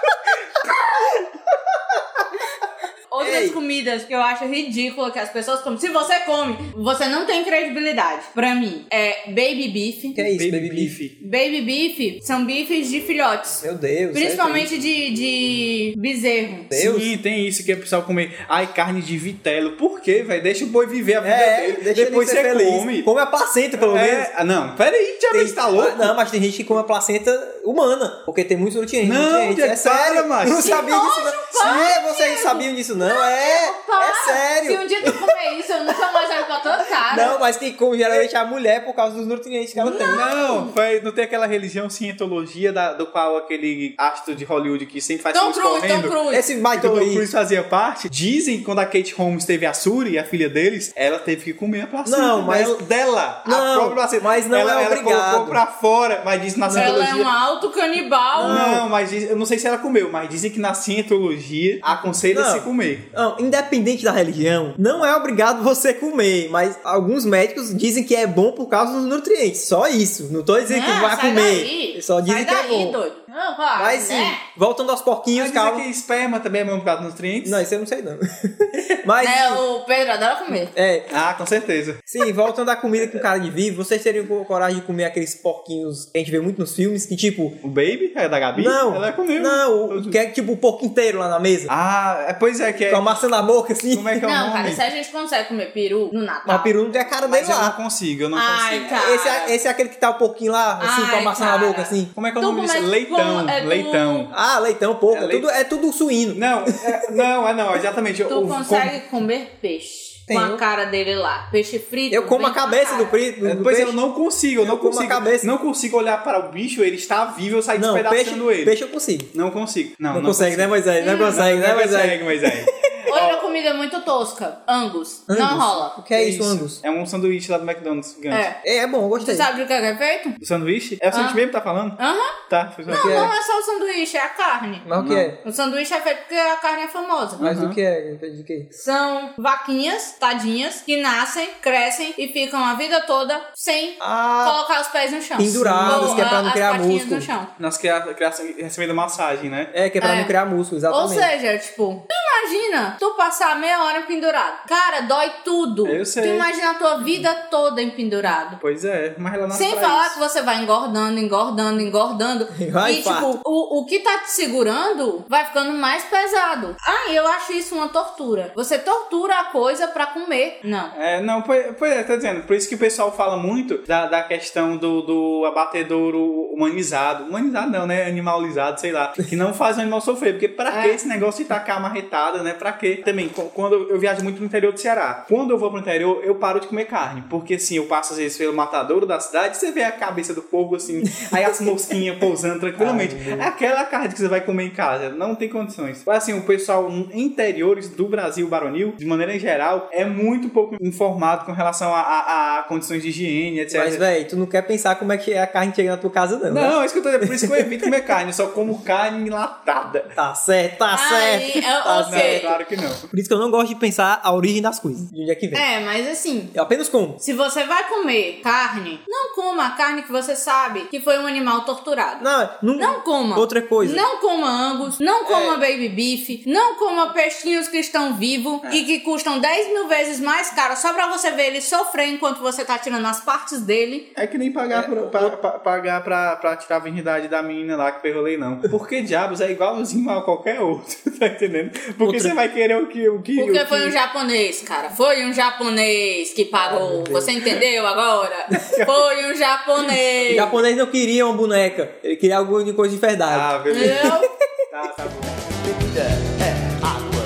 S1: Outras
S2: Ei.
S1: comidas que eu acho ridícula que as pessoas comem. Se você come, você não tem credibilidade. Pra mim, é baby beef.
S2: que é isso, baby, beef?
S1: Baby beef são bifes de filhotes.
S2: Meu Deus. é
S1: Principalmente de, de bezerro.
S2: Deus.
S3: Sim, tem isso que é pessoal comer. Ai, carne de vitelo. Por quê, velho? Deixa o boi viver a vida
S2: É,
S3: dele.
S2: deixa
S3: Depois
S2: ele ser
S3: você
S2: feliz.
S3: come.
S2: Come a placenta, pelo menos.
S3: É, ah, não, peraí, já vê se tá louco.
S2: Ah, Não, mas tem gente que come a placenta humana, porque tem muitos nutrientes.
S3: Não,
S2: nutrientes.
S3: Diego,
S2: é sério,
S3: para, macho.
S2: Eu Não
S3: Que
S2: sabia disso, não. Sim, vocês sabiam disso, não? é, é
S1: Se
S2: sério.
S1: um dia tu comer isso, eu nunca mais olho pra tua cara.
S2: Não, mas quem come geralmente é a mulher por causa dos nutrientes que ela tem.
S3: Não, foi, não tem aquela religião cientologia da- do qual aquele astro de Hollywood que sempre faz
S1: Tom
S3: filmes
S1: Cruise, Tom
S3: correndo.
S1: Cruise.
S2: Esse
S3: que o
S2: Michael
S3: Tom
S2: aí.
S3: Cruise fazia parte. Dizem que quando a Kate Holmes teve a Suri, a filha deles, ela teve que comer a placenta
S2: Não, mas-
S3: dela, dela, a
S2: Não,
S3: própria placenta.
S2: mas não
S3: ela,
S2: é
S3: ela
S2: obrigado.
S3: colocou pra fora, mas diz na
S1: Ela é
S3: cientologia.
S1: um alto canibal.
S3: Não, mas diz- eu não sei se ela comeu, mas dizem que na cientologia aconselha se
S2: Não.
S3: comer.
S2: Não, independente da religião, não é obrigado você comer, mas alguns médicos dizem que é bom por causa dos nutrientes. Só isso. Não tô dizendo que
S1: Ah,
S2: vai
S1: sai
S2: comer.
S1: daí.
S2: Só dizem
S1: Sai daí,
S2: que é bom.
S1: doido. Não, claro,
S2: Mas sim,
S1: né?
S2: voltando aos
S3: Mas
S2: porquinhos,
S3: dizem
S2: calma.
S3: que esperma também é bom por causa dos nutrientes?
S2: Não, isso eu não sei não. [LAUGHS] mas
S1: É, o Pedro adora comer.
S2: é,
S3: Ah, com certeza.
S2: sim, voltando à comida com cara de vivo, vocês teriam co- coragem de comer aqueles porquinhos que a gente vê muito nos filmes que tipo,
S3: O Baby é da Gabi?
S2: não,
S3: Ela comeu.
S2: não, o- que é tipo o porco inteiro lá na mesa,
S3: Ah, é, pois é que é.
S2: com a maçã na boca assim.
S3: Como é que é o
S1: Não,
S3: nome?
S1: cara, se a gente consegue comer peru no Natal.
S2: Mas o peru não tem a cara
S3: Mas
S2: dele
S3: eu não
S2: lá.
S3: consigo, eu não
S1: Ai,
S3: consigo.
S1: cara.
S2: Esse é, esse é aquele que tá o porquinho lá, assim, com a
S1: Ai,
S2: maçã na
S1: cara.
S2: boca, assim.
S3: Como é que é o
S1: Tu
S3: nome disso?
S1: começa
S3: Leitão,
S1: com- é tu-
S3: leitão.
S2: Ah, leitão, porco.
S3: É
S2: É, tudo, é tudo suíno.
S3: Não, é, não, é não, exatamente.
S1: Tu
S3: o-
S1: consegue comer peixe com a
S2: Tenho.
S1: cara dele lá. Peixe frito.
S2: Eu como
S1: bem
S2: a
S1: com
S2: cabeça
S1: cara.
S2: do preto.
S3: como- é,
S2: do
S3: Pois eu
S2: peixe.
S3: não consigo, eu não
S2: Eu como a
S3: consigo.
S2: cabeça.
S3: Não consigo olhar para o bicho, ele está vivo, eu saio
S2: Não, peixe,
S3: despedaçando ele.
S2: peixe eu consigo.
S3: Não consigo. Não,
S1: Hum,
S2: Não, consegue, né, Moisés? Não consegue, né,
S3: Não é.
S2: Moisés?
S3: consegue, Moisés.
S1: Hoje eu comida é muito tosca. Angus. Não
S2: Angus?
S1: rola.
S2: O que é isso, Angus?
S3: É um sanduíche lá do McDonald's gigante.
S1: É.
S2: É, é bom, eu
S1: Você
S2: gostei.
S1: sabe do que é feito?
S3: O sanduíche? É o sanduíche mesmo que tá falando?
S1: Aham.
S3: Tá, foi
S1: Ah. Não,
S3: sanduíche.
S2: é?
S1: não é só o sanduíche, é a carne.
S2: Mas o que é?
S1: O sanduíche é feito porque a carne é famosa.
S2: Mas o que é? De quê?
S1: São vaquinhas, tadinhas, que nascem, crescem e ficam a vida toda sem
S2: Ah,
S1: colocar os pés no chão.
S2: Penduradas,
S1: Ou,
S2: que é pra não
S1: ah, as
S2: criar
S1: patinhas
S2: músculo.
S1: No chão.
S3: Nós é cria- cria- recebendo massagem, né?
S2: é que é pra
S1: É.
S2: não criar músculo,
S1: Ou
S2: exatamente.
S1: seja, tipo, tu imagina tu passar meia hora pendurado. Cara, dói tudo.
S3: Eu sei.
S1: Tu imagina a tua vida toda em pendurado.
S3: Pois é, mas ela nasce
S1: Sem
S3: pra
S1: falar
S3: isso.
S1: que você vai engordando, engordando, engordando.
S2: [LAUGHS] Vai,
S1: e,
S2: pá.
S1: tipo, o, o que tá te segurando vai ficando mais pesado. Ah, eu acho isso uma tortura. Você tortura a coisa pra comer. Não.
S3: É, não, pois, pois é, tá dizendo. Por isso que o pessoal fala muito da, da questão do, do abatedouro humanizado. Humanizado não, né? Animalizado, sei lá. Que não faz o animal sofrer. Porque
S1: É.
S3: pra que esse negócio de tacar a marretada, né? Pra quê? Também, co- quando eu viajo muito no interior do Ceará. Quando eu vou pro interior, eu paro de comer carne. Porque assim, eu passo às vezes pelo matadouro da cidade, você vê a cabeça do povo assim, aí as mosquinhas pousando tranquilamente. É Aquela carne que você vai comer em casa, não tem condições. Mas, Assim, o pessoal n- interiores do Brasil baronil, de maneira geral, é muito pouco informado com relação a, a- a condições de higiene, etc.
S2: Mas, né? véi, tu não quer pensar como é que é a carne chega na tua casa, não. né?
S3: não, é isso que eu tô dizendo. Por isso que eu evito comer carne. Eu só como carne enlatada. Ah,
S2: Tá certo, tá
S1: Aí,
S2: certo.
S1: é,
S2: [LAUGHS] Tá
S1: ou
S2: certo.
S3: Não,
S1: seja,
S3: claro que não.
S2: Por isso que eu não gosto de pensar a origem das coisas. De onde é que vem.
S1: É, mas assim,
S2: Eu apenas como.
S1: se você vai comer carne, não coma a carne que você sabe que foi um animal torturado.
S2: Não, não,
S1: Não coma.
S2: Outra
S3: é.
S2: coisa.
S1: Não coma angus, não coma baby beef, não coma peixinhos que estão vivos
S3: É.
S1: e que custam 10 mil vezes mais caro só pra você ver ele sofrer enquanto você tá tirando as partes dele.
S3: É que nem pagar, pra, pa- pa- pagar pra, pra tirar a virgindade da menina lá que perrolei, não. Porque diabos é igualzinho a qualquer outro, [LAUGHS] tá entendendo? Porque você vai querer o que. O que o
S1: Porque
S3: que-
S1: foi um japonês, cara. Foi um japonês que pagou. Você entendeu
S3: [LAUGHS]
S1: agora? Foi um
S2: O
S1: japonês.
S2: japonês não queria uma boneca. Ele queria alguma de coisa de verdade.
S3: Ah, beleza.
S1: Entendeu?
S5: [LAUGHS]
S3: Tá, tá bom.
S5: Bebida é água,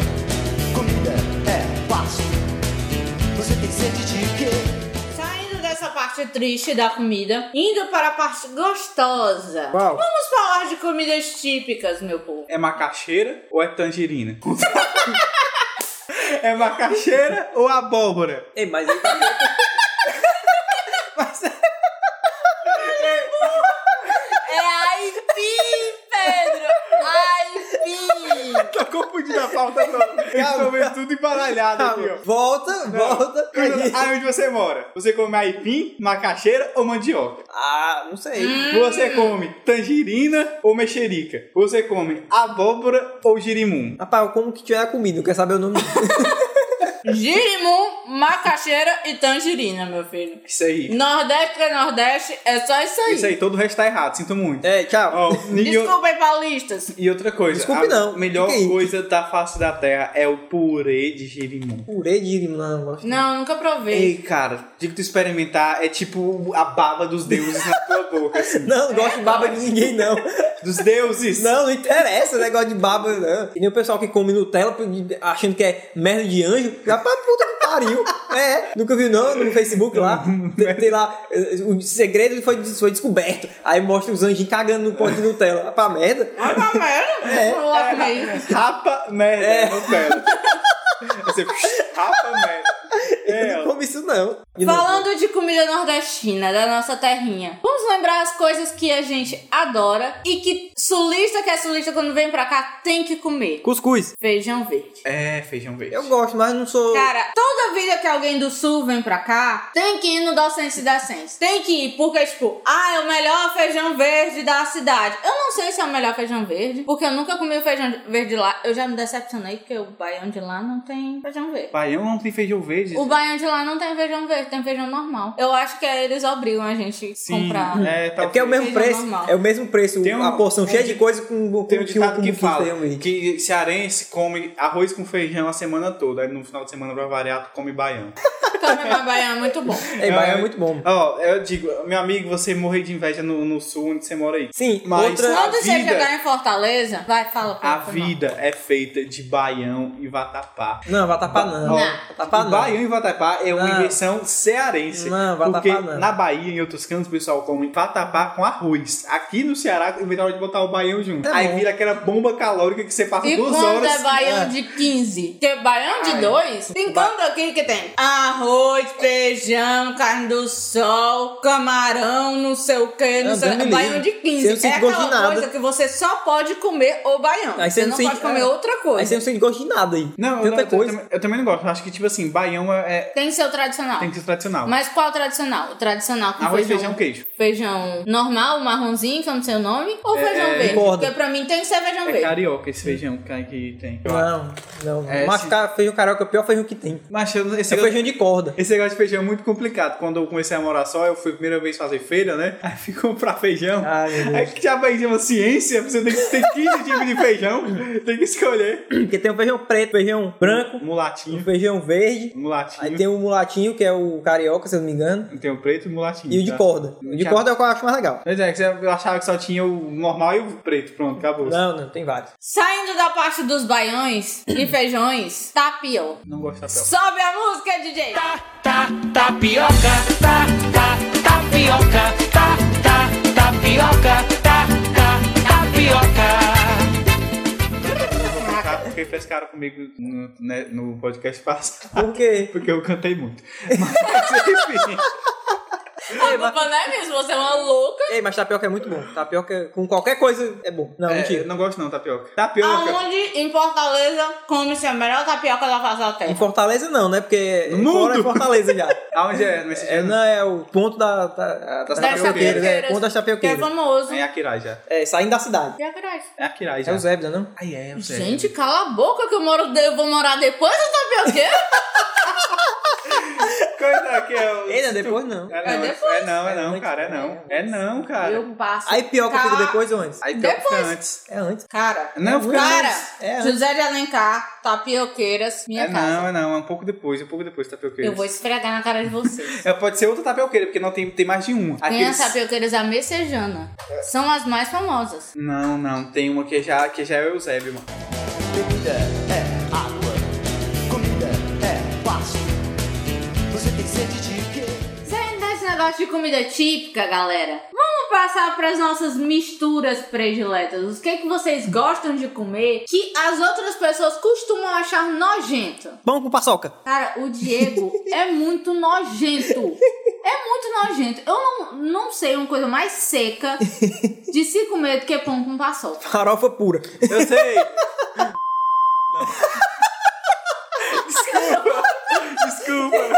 S5: comida é pasto. Você tem sede de quê?
S1: Saindo dessa parte triste da comida, indo para a parte gostosa.
S2: Qual?
S1: Vamos falar de comidas típicas, meu povo.
S3: É macaxeira ou é tangerina? [LAUGHS] é macaxeira ou abóbora? [LAUGHS]
S2: Ei, mas... tá
S1: É aipim, Pedro! Aipim!
S3: Tá confundindo a pauta toda. Eu Estou vendo tudo embaralhado aqui, ó.
S2: volta,
S3: [LAUGHS]
S2: volta.
S3: Aí onde você mora? Você come aipim, macaxeira ou mandioca?
S2: [LAUGHS] Ah, não sei.
S3: Você come tangerina ou mexerica? Você come abóbora ou girimum?
S2: Rapaz, como que tiver a comida? Não quer saber o nome?
S1: Girimum, macaxeira e tangerina, meu filho.
S3: Isso aí.
S1: Nordeste pra Nordeste é só isso aí.
S3: Isso aí, todo o resto tá errado, sinto muito.
S2: é, tchau.
S3: Ó, ninguém-
S1: Desculpem, paulistas.
S3: E outra coisa,
S2: Desculpe
S3: a
S2: não.
S3: melhor
S2: Fica aí.
S3: coisa da face da terra é o purê de girimum.
S2: Purê de limão, não gosto.
S1: Não, nunca provei.
S3: Ei, cara, digo que tu experimentar é tipo a baba dos deuses na
S2: [LAUGHS]
S3: tua boca, assim.
S2: Não, não gosto de baba de ninguém, não.
S3: Dos deuses!
S2: Não, não interessa esse negócio de baba, não. E nem o pessoal que come Nutella achando que é merda de anjo. Rapaz, puta que pariu. É, nunca viu não no Facebook lá. Tem, tem lá, eh, o segredo foi, foi descoberto. Aí mostra os anjinhos cagando no pote de Nutella. Rapaz, merda.
S1: Ah, não, mas eu não vou lá comer isso.
S3: Rapa merda
S2: É.
S3: Nutella. Você rapa merda. É,
S2: Eu
S3: ó.
S2: não como isso não. De novo.
S1: Falando de comida nordestina, da nossa terrinha, vamos lembrar as coisas que a gente adora e que sulista que é sulista quando vem pra cá tem que comer.
S2: Cuscuz.
S1: Feijão verde.
S3: é feijão verde.
S2: Eu gosto, mas não sou...
S1: Cara, toda vida que alguém do sul vem pra cá, tem que ir no Docentes da Sense. Tem que ir, porque, tipo, ah, é o melhor feijão verde da cidade. Eu não sei se é o melhor feijão verde, porque eu nunca comi o feijão verde lá. Eu já me decepcionei, porque o baião de lá não tem feijão verde.
S3: Baião não tem feijão verde.
S1: O baião de lá não tem feijão verde, tem feijão normal. Eu acho que é eles obrigam a gente
S3: Sim,
S1: comprar. [LAUGHS]
S3: é,
S2: É
S3: talvez.
S2: porque é o mesmo
S1: Feijão
S2: preço.
S1: normal.
S2: É o mesmo preço.
S3: Tem um-
S2: a porção
S3: um
S2: cheia
S3: di-
S2: de coisa com, com
S3: Tem um ditado
S2: com-
S3: que
S2: com
S3: fala
S2: feijão verde. [LAUGHS]
S3: que cearense come arroz com feijão a semana toda, aí no final de semana, pra variar, tu come baião.
S1: Come my baiana, muito bom.
S2: Ei, Bahia é muito bom.
S3: Ó, eu digo, meu amigo, você morrer de inveja no, no sul onde você mora aí.
S2: Sim,
S3: Mas-
S2: outra. é
S1: Quando você
S3: vida-
S1: chegar em Fortaleza, vai, fala pra
S3: A
S1: mim,
S3: vida é feita de baião e vatapá.
S2: Não, Vatapá não.
S1: Não.
S2: Vatapá
S3: O
S2: não.
S3: Baião e Vatapá é uma
S2: Não.
S3: invenção cearense.
S2: Não, vatapá
S3: porque
S2: não.
S3: na Bahia e em outros cantos o pessoal come vatapá com arroz. Aqui no Ceará inventaram de botar o baião junto.
S2: Tá
S3: Aí
S2: bom.
S3: vira aquela bomba calórica que você passa
S1: E
S3: duas
S1: quando
S3: horas.
S1: é baião
S2: É.
S1: de 15? Porque baião de 2? Tem quanto aqui que tem? Arroz, feijão, carne do sol, camarão, não sei o que, não
S2: Ah,
S1: sei
S2: Deus
S1: o
S2: me
S1: que. Baião de
S2: livre.
S1: 15.
S2: Você não
S1: É
S2: sente gosto de
S1: aquela coisa
S2: nada.
S1: que você só pode comer o baião.
S2: Aí
S1: Você
S2: você
S1: não
S2: não
S1: pode
S2: sente-
S1: comer
S2: é.
S1: outra
S2: Aí você
S1: coisa.
S2: não sente gosto de nada aí.
S3: Não,
S2: Tanta
S3: não, eu,
S2: coisa.
S3: também- eu também não gosto. Eu acho que, tipo assim, baião é, é-
S1: Tem que ser o tradicional.
S3: tem que ser tradicional.
S1: Mas qual o tradicional? O tradicional com
S3: Arroz,
S1: feijão,
S3: feijão, queijo.
S1: feijão normal, marronzinho, que eu não sei o nome,
S2: É,
S1: ou feijão verde?
S2: Concordo.
S1: Porque pra mim tem que ser feijão
S3: É
S1: verde.
S3: carioca esse feijão que- que tem.
S2: Não, não.
S3: É,
S2: Mas
S3: se-
S2: cara, feijão carioca é o pior feijão que tem.
S3: Mas eu- esse
S2: É feijão de
S3: [COUGHS]
S2: corda.
S3: Esse negócio de feijão é muito complicado. Quando eu comecei a morar só, eu fui a primeira vez fazer feira, né? [LAUGHS] Aí fui comprar feijão.
S2: Ai, meu Deus.
S3: Aí que já é uma ciência, você tem que ter 15 tipos
S2: [LAUGHS]
S3: de feijão, tem que escolher.
S2: Porque tem o feijão preto, feijão branco, o
S3: Mulatinho,
S2: feijão verde.
S3: mulatinho.
S2: Aí tem o mulatinho, que é o carioca, se eu não me engano.
S3: tem o preto e o mulatinho.
S2: E o de
S3: tá?
S2: corda. O de
S3: Já-
S2: corda é o que eu acho mais legal.
S3: Pois é, que você- eu achava que só tinha o normal e o preto. Pronto, acabou.
S2: Não, não, tem vários.
S1: Saindo da parte dos baiões e feijões, tapioca.
S3: Não gosto da pele.
S1: Sobe a música, DJ!
S2: Tá,
S3: Fiquei frescaram comigo no, né, no podcast passado, [LAUGHS]
S2: Por quê?
S3: porque eu cantei muito. Mas [LAUGHS] enfim.
S1: A culpa não é mesmo, você é uma louca.
S2: Ei, mas tapioca é muito bom. Tapioca com qualquer coisa é bom. Não,
S3: É,
S2: mentira.
S3: não gosto não, tapioca. Tapioca.
S1: Aonde em Fortaleza come-se a melhor tapioca da face da
S2: Em
S1: terra?
S2: Fortaleza não, né? Porque
S3: No
S2: fora é
S3: mundo.
S2: Fortaleza já. [LAUGHS]
S3: Aonde é? Nesse
S2: É, não, é o ponto da, da, das
S3: das tapioqueiras.
S2: tapioqueiras. É, ponto das
S1: Que é
S2: tapioqueiras.
S1: famoso.
S3: É Akirai já.
S2: É, saindo da cidade.
S1: E a Grace?
S3: É Akirai
S2: É
S3: já.
S2: o Zébida, não?
S3: Ai, é, eu sei.
S1: Gente, cala a boca que eu, moro de- eu vou morar depois da tapioqueira.
S3: Coisa que eu...
S2: Ei, não, depois não.
S3: É não,
S1: É depois.
S3: é não, é
S2: É
S3: não,
S2: muito-
S3: cara, é não. É não, cara.
S1: Eu passo.
S2: Aí pioca
S1: Tá.
S2: fica depois ou antes?
S3: Aí pior que
S1: Depois.
S3: fica antes.
S2: É antes.
S1: Cara,
S3: Não, fica
S1: cara,
S3: antes.
S2: É antes.
S1: José de Alencar, tapioqueiras, minha
S3: É
S1: casa.
S3: não, é não, é um pouco depois, é um pouco depois do tapioqueiro.
S1: Eu vou esfregar na cara de
S3: [LAUGHS]
S1: vocês.
S3: É, pode ser outra tapioqueira, porque não tem, tem mais de um.
S1: Tem as
S3: Aqueles-
S1: tapioqueiras da Messejana. São as mais famosas.
S3: Não, não, tem uma que já, que já é o Eusébio, mano.
S5: Bebida é água, comida é fácil. Você tem sede de quê?
S1: Saindo desse negócio de comida típica, galera, vamos passar para as nossas misturas prediletas. O que, que vocês gostam de comer que as outras pessoas costumam achar nojento?
S2: Pão com paçoca.
S1: Cara, o
S2: [LAUGHS]
S1: Diego é muito nojento. É muito nojento. Eu não, não sei uma coisa mais seca de se comer do que pão com
S2: [LAUGHS]
S1: paçoca.
S2: Farofa pura.
S3: Eu sei! Desculpa! Desculpa!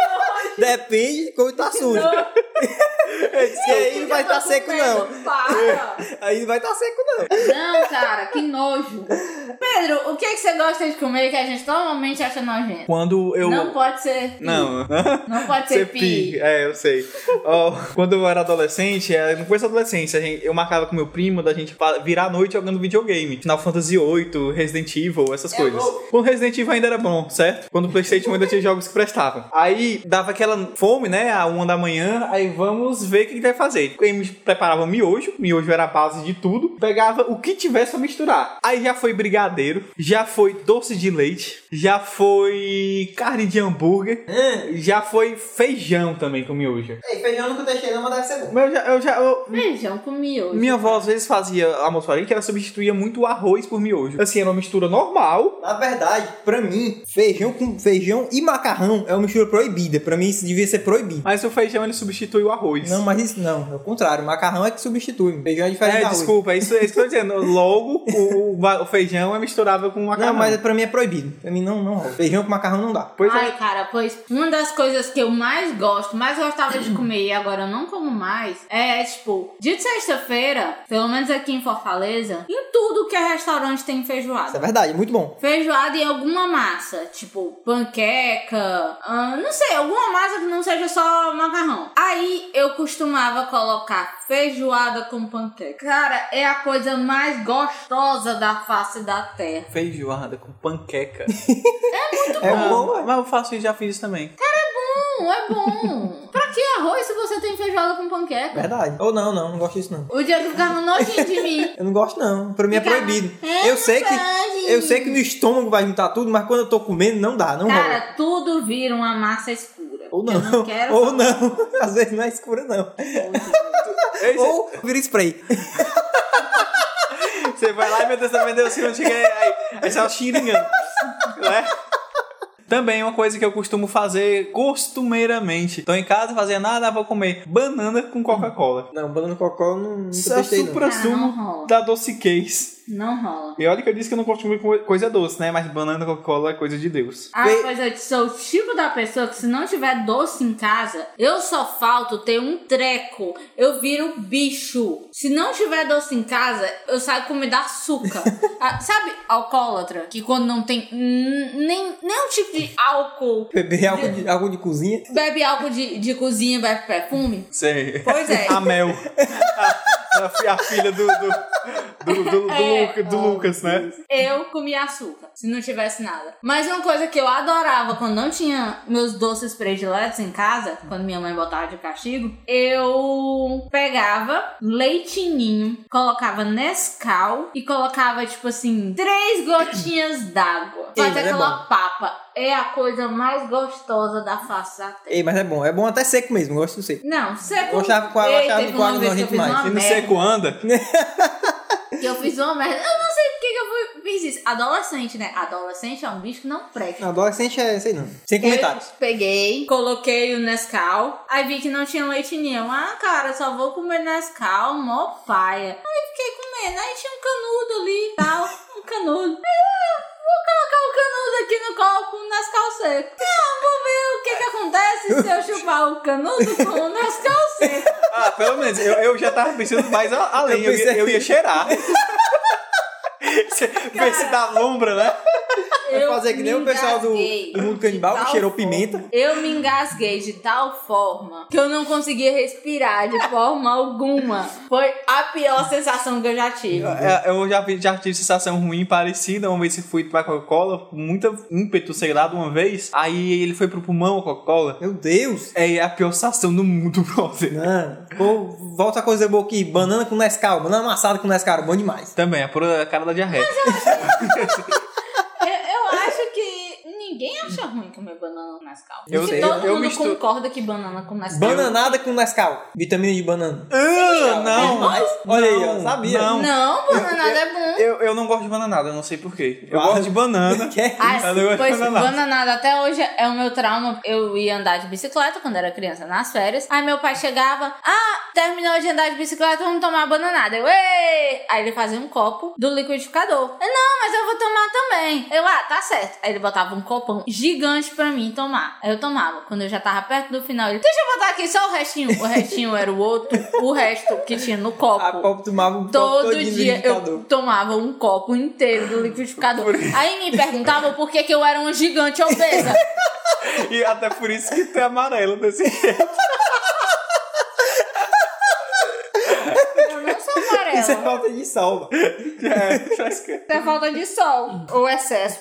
S2: Depende de como tá sujo. Porque aí não vai estar seco, não.
S1: Para!
S2: Aí não vai estar seco, não.
S1: Não, cara, que nojo. Pedro, o que, é que você gosta de comer que a gente normalmente acha nojento?
S3: Quando eu.
S1: Não pode ser. pi.
S3: Não. [LAUGHS]
S1: Não pode ser
S3: Ser pi.
S1: pi.
S3: É, eu sei. Ó, quando eu era adolescente, é, no começo da adolescência, a gente- eu marcava com meu primo da gente fa- virar a noite jogando videogame. Final Fantasy VIII, Resident Evil,
S1: É
S3: essas coisas. Quando Resident Evil ainda era bom, certo? Quando o Playstation ainda tinha jogos que prestavam. Aí dava aquela fome, né? A uma da manhã, aí vamos ver o que, que vai fazer. Aí me preparava miojo, miojo era a base de tudo. Pegava o que tivesse pra misturar. Aí já foi brigadeiro, já foi doce de leite, já foi carne de hambúrguer,
S2: É.
S3: já foi feijão também com miojo.
S2: Ei, feijão nunca deixei, não, mas deve ser bom.
S3: Mas eu já. Eu já eu-
S1: Feijão com miojo.
S3: minha avó às vezes fazia almoço pra gente, que ela substituía muito o arroz por miojo. Assim, era uma mistura normal.
S2: Na verdade, pra mim, feijão com feijão e macarrão é uma mistura proibida. Pra mim, isso devia ser proibido.
S3: Mas o feijão ele substitui o arroz.
S2: Não, mas isso não. É o contrário. Macarrão é que substitui. Feijão é diferente
S3: É,
S2: da arroz.
S3: desculpa, é isso, é isso que eu tô dizendo. Logo, o, o- o feijão é misturável com o macarrão.
S2: Não, mas pra mim é proibido. Pra mim não, não rola. Feijão com macarrão não dá.
S3: Pois
S1: Ai,
S3: é.
S1: cara, pois uma das coisas que eu mais gosto, mais gostava de comer e agora eu não como mais, é tipo, dia de sexta-feira, pelo menos aqui em Fortaleza, em tudo que é restaurante tem
S2: Isso é
S1: feijoada.
S2: verdade, é muito bom.
S1: Feijoada e alguma massa, tipo panqueca, ah, não sei, alguma massa que não seja só macarrão. Aí eu costumava colocar feijoada com panqueca. Cara, é a coisa mais gostosa da face da terra.
S3: Feijoada com panqueca.
S2: É bom,
S3: mas eu faço e já fiz isso também.
S1: bom, é bom. [LAUGHS] pra que arroz se você tem feijoada com panqueca?
S2: É Verdade. Ou não, não, não gosto disso não.
S1: O Diego ficava nojinho de mim.
S2: Eu não gosto não. Pra mim é
S1: Cara,
S2: proibido.
S1: é
S2: Eu sei que
S1: verdade.
S2: eu sei que meu estômago vai juntar tudo, mas quando eu tô comendo não dá, [LAUGHS] não rola.
S1: Cara, tudo vira uma massa escura.
S2: Ou
S1: Eu
S2: não.
S1: não quero
S2: Ou não. [LAUGHS] Às vezes não é escura não. [LAUGHS] Ou vira spray.
S3: Você vai lá e meu Deus, tá vendendo assim, não chega aí, aí, aí você vai xingando, né? Também uma coisa que eu costumo fazer costumeiramente. Tô em casa, fazer nada, vou comer banana com Coca-Cola.
S2: Não, banana cocó eu não nunca
S3: Isso é
S2: testei, não.
S3: supra
S1: Ah, não
S3: sumo
S1: rola.
S3: da dociquez.
S1: Não rola.
S3: E olha que eu disse que eu não costumo comer coisa doce, né? Mas banana com Coca-Cola é coisa de Deus.
S1: Ah,
S2: Vê-
S1: pois eu sou o tipo da pessoa que se não tiver doce em casa, eu só falto ter um treco. Eu viro bicho. Se não tiver doce em casa, eu saio comer da
S2: [LAUGHS]
S1: açúcar. Ah, sabe alcoólatra? Que quando não tem hum, nem nenhum tipo de álcool,
S2: Beber álcool de, álcool de cozinha.
S1: bebe álcool de, de cozinha, bebe perfume?
S3: Sei.
S1: Pois é.
S3: A Mel. A, a fi- a filha do, do, do, do- do
S1: É.
S3: Luca- do Lucas, né?
S1: Eu comia açúcar, se não tivesse nada. Mas uma coisa que eu adorava quando não tinha meus doces prediletos em casa, quando minha mãe botava de castigo, eu pegava leitinho, colocava Nescau e colocava, tipo assim, três gotinhas d'água.
S2: Ei,
S1: Fazer
S2: mas é
S1: aquela
S2: bom.
S1: papa. É a coisa mais gostosa da face da terra.
S2: Ei, mas é bom. É bom até seco mesmo, eu gosto de seco.
S1: Não, seco.
S2: Gostava com água,
S1: Ei,
S2: achava
S1: teve
S2: com
S1: uma
S2: água
S1: vez que eu
S2: nojento
S1: fiz
S2: demais.
S1: uma
S2: E
S3: Não
S1: merda.
S3: sei anda.
S1: que eu fiz uma merda. Eu não sei porque que eu fui- fiz isso. Adolescente, né? Adolescente é um bicho que não presta.
S2: Não, adolescente é, sei não. Sem comentários.
S1: Eu peguei, coloquei o Nescau, aí vi que não tinha leite nenhum. Ah, cara, só vou comer Nescau, mó paia. Aí fiquei comendo, aí tinha um canudo ali e tal, um canudo. Aí, ah, vou colocar o canudo aqui no copo, um Nescau seco. Ah, vou ver o que que acontece se eu chupar o canudo com o Nescau seco.
S3: Ah, pelo menos, eu, eu já tava pensando mais a- além, eu,
S2: Eu pensei-
S3: ia, eu ia [LAUGHS] cheirar. Você pensa da lombra, né?
S2: Vai
S1: Eu
S2: fazer que nem o
S1: me
S2: pessoal do,
S1: engasguei.
S2: do mundo canibal
S1: De
S2: que
S1: tal
S2: cheirou
S1: forma.
S2: pimenta.
S1: Eu me engasguei de tal forma que eu não conseguia respirar de forma alguma. Foi a pior sensação que eu já tive.
S3: É, Eu já, vi- já tive sensação ruim parecida. Uma vez eu fui pra Coca-Cola, com muito ímpeto, sei lá, de uma vez. Aí ele foi pro pulmão, a Coca-Cola.
S2: Meu Deus!
S3: É a pior sensação do mundo, [LAUGHS] brother.
S2: Não, pô, volta a coisa boa aqui. Banana com Nescau, banana amassada com Nescau, bom demais.
S3: Também, a pura cara da diarreia.
S1: Eu, eu acho que ninguém acha ruim comer banana com Nescau.
S3: Eu
S1: Se
S3: sei,
S1: todo
S3: eu
S1: mundo
S3: misturo-
S1: concorda que banana com Nescau.
S2: Bananada com Nescau, vitamina de
S1: né?
S2: banana.
S3: Ah, não!
S2: Mas, olha aí, ó,
S3: Não,
S2: sabia?
S3: não.
S1: Não, bananada é bom.
S3: Eu, eu não gosto de bananada, eu não sei porquê. Eu
S2: Ah.
S3: gosto de [LAUGHS]
S2: [LAUGHS]
S3: banana.
S2: Que é
S1: [LAUGHS]
S2: isso?
S1: Ah,
S3: Eu não gosto de
S1: pois
S3: bananada.
S1: bananada até hoje é o meu trauma. Eu ia andar de bicicleta quando era criança nas férias. Aí meu pai chegava, ah, terminou de andar de bicicleta, vamos tomar bananada. Eu, ei! Aí ele fazia um copo do liquidificador. Eu, não, mas eu vou tomar também. Eu, ah, tá certo. Aí ele botava um copão gigante pra mim tomar. Aí eu tomava. Quando eu já tava perto do final, ele, deixa eu botar aqui só o restinho. O restinho era o outro, o resto que tinha no copo.
S2: A copo tomava um copo
S1: Todo
S2: todinho de
S1: dia eu [LAUGHS]
S2: liquidificador.
S1: tomava um copo inteiro do liquidificador. Aí me perguntavam por que, que eu era uma gigante
S2: [LAUGHS]
S1: obesa.
S3: E até por isso que tu é amarelo desse jeito.
S1: Eu não sou
S2: Isso é
S1: amarela.
S2: [LAUGHS] falta de salva.
S3: É, parece que-
S1: Isso é falta de sol. Ou excesso.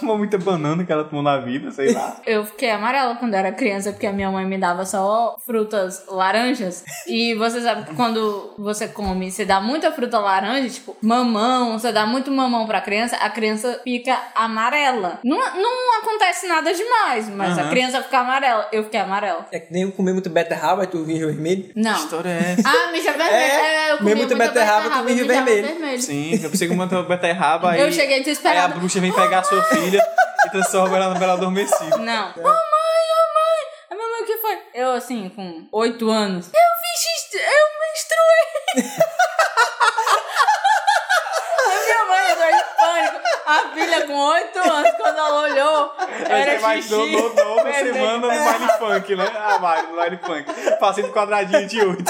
S3: Uma muita banana que ela tomou na vida, sei [LAUGHS] lá.
S1: Eu fiquei amarela quando era criança, porque a minha mãe me dava só frutas laranjas. E você sabe que quando você come, você dá muita fruta laranja, tipo mamão, você dá muito mamão pra criança, a criança fica amarela. Não, não acontece nada demais, mas
S3: Aham.
S1: a criança fica amarela. Eu fiquei amarela.
S2: É que nem eu comer muito beterraba e tu vinho vermelho.
S1: Não.
S3: história é essa?
S1: Ah, mija vermelha.
S2: É,
S1: É, eu comi
S2: mesmo
S1: muita
S2: tem beterraba,
S1: beterraba,
S2: tem milho
S1: eu mijava
S2: vermelho.
S3: Sim, assim, eu consigo manter uma beterraba aí.
S1: Eu cheguei
S3: Aí a
S1: desesperada.
S3: bruxa vem pegar a sua filha e transforma ela no Bela Adormecida.
S1: Não. Ô mãe, ô mãe. A minha mãe o que foi? Eu, assim, com oito anos. Eu fiz... Eu menstruei. A minha mãe entrou em pânico. A filha com oito anos, quando ela olhou,
S3: Aí você
S1: era
S3: vai
S1: xixi.
S3: do, do, do, você
S1: Bebê.
S3: manda no baile funk, né? Ah, vai, no baile funk. Passei do quadradinho de 8.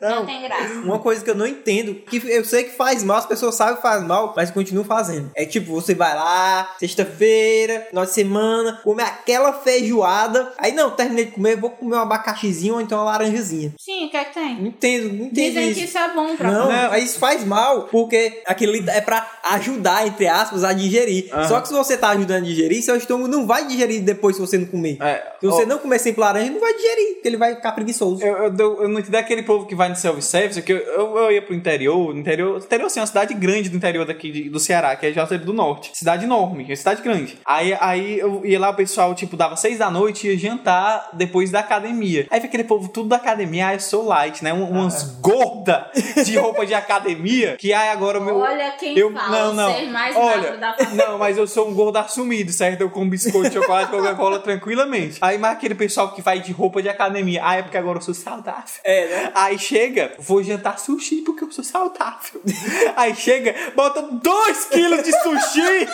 S1: Não tem graça.
S2: Uma coisa que eu não entendo, que eu sei que faz mal, as pessoas sabem que faz mal, mas continuam fazendo. É tipo, você vai lá, sexta-feira, final de semana, come aquela feijoada. Aí não, terminei de comer, vou comer um abacaxizinho ou então uma laranjazinha.
S1: Sim, o que é que tem?
S2: Não entendo, não entendo
S6: Dizem
S2: isso.
S6: que isso é bom pra
S2: Não, aí isso faz mal, porque aquilo ali é pra ajudar, entre aspas, a digerir. Só que se você tá ajudando a digerir, seu estômago não vai digerir depois se você não comer.
S3: É,
S2: Se você
S3: ó,
S2: não comer sempre laranja, não vai digerir, porque ele vai ficar preguiçoso.
S3: Eu, eu, dou- eu não entendi aquele povo que vai no self-service, que eu, eu, eu ia pro interior, no interior, interior assim, uma cidade grande do interior daqui de- do Ceará, que é Juazeiro do Norte. Cidade enorme, é cidade grande. Aí, aí eu ia lá, o pessoal, tipo, dava seis da noite e ia jantar depois da academia. Aí fica aquele povo tudo da academia, ah, eu sou light, né? Um- umas gorda de roupa de academia, que aí agora o meu...
S1: Olha quem
S3: eu,
S1: fala,
S3: não, não.
S1: ser mais
S3: Olha,
S1: magro da família.
S3: não, mas eu sou um gordo assumido, certo? Eu como biscoito, chocolate, [LAUGHS] Coca-Cola tranquilamente. Aí, mas aquele pessoal que vai de roupa de academia, ah, é porque agora eu sou saudável. É, né? Aí chega, vou jantar sushi porque eu sou saudável. [LAUGHS] Aí chega, bota 2 quilos de sushi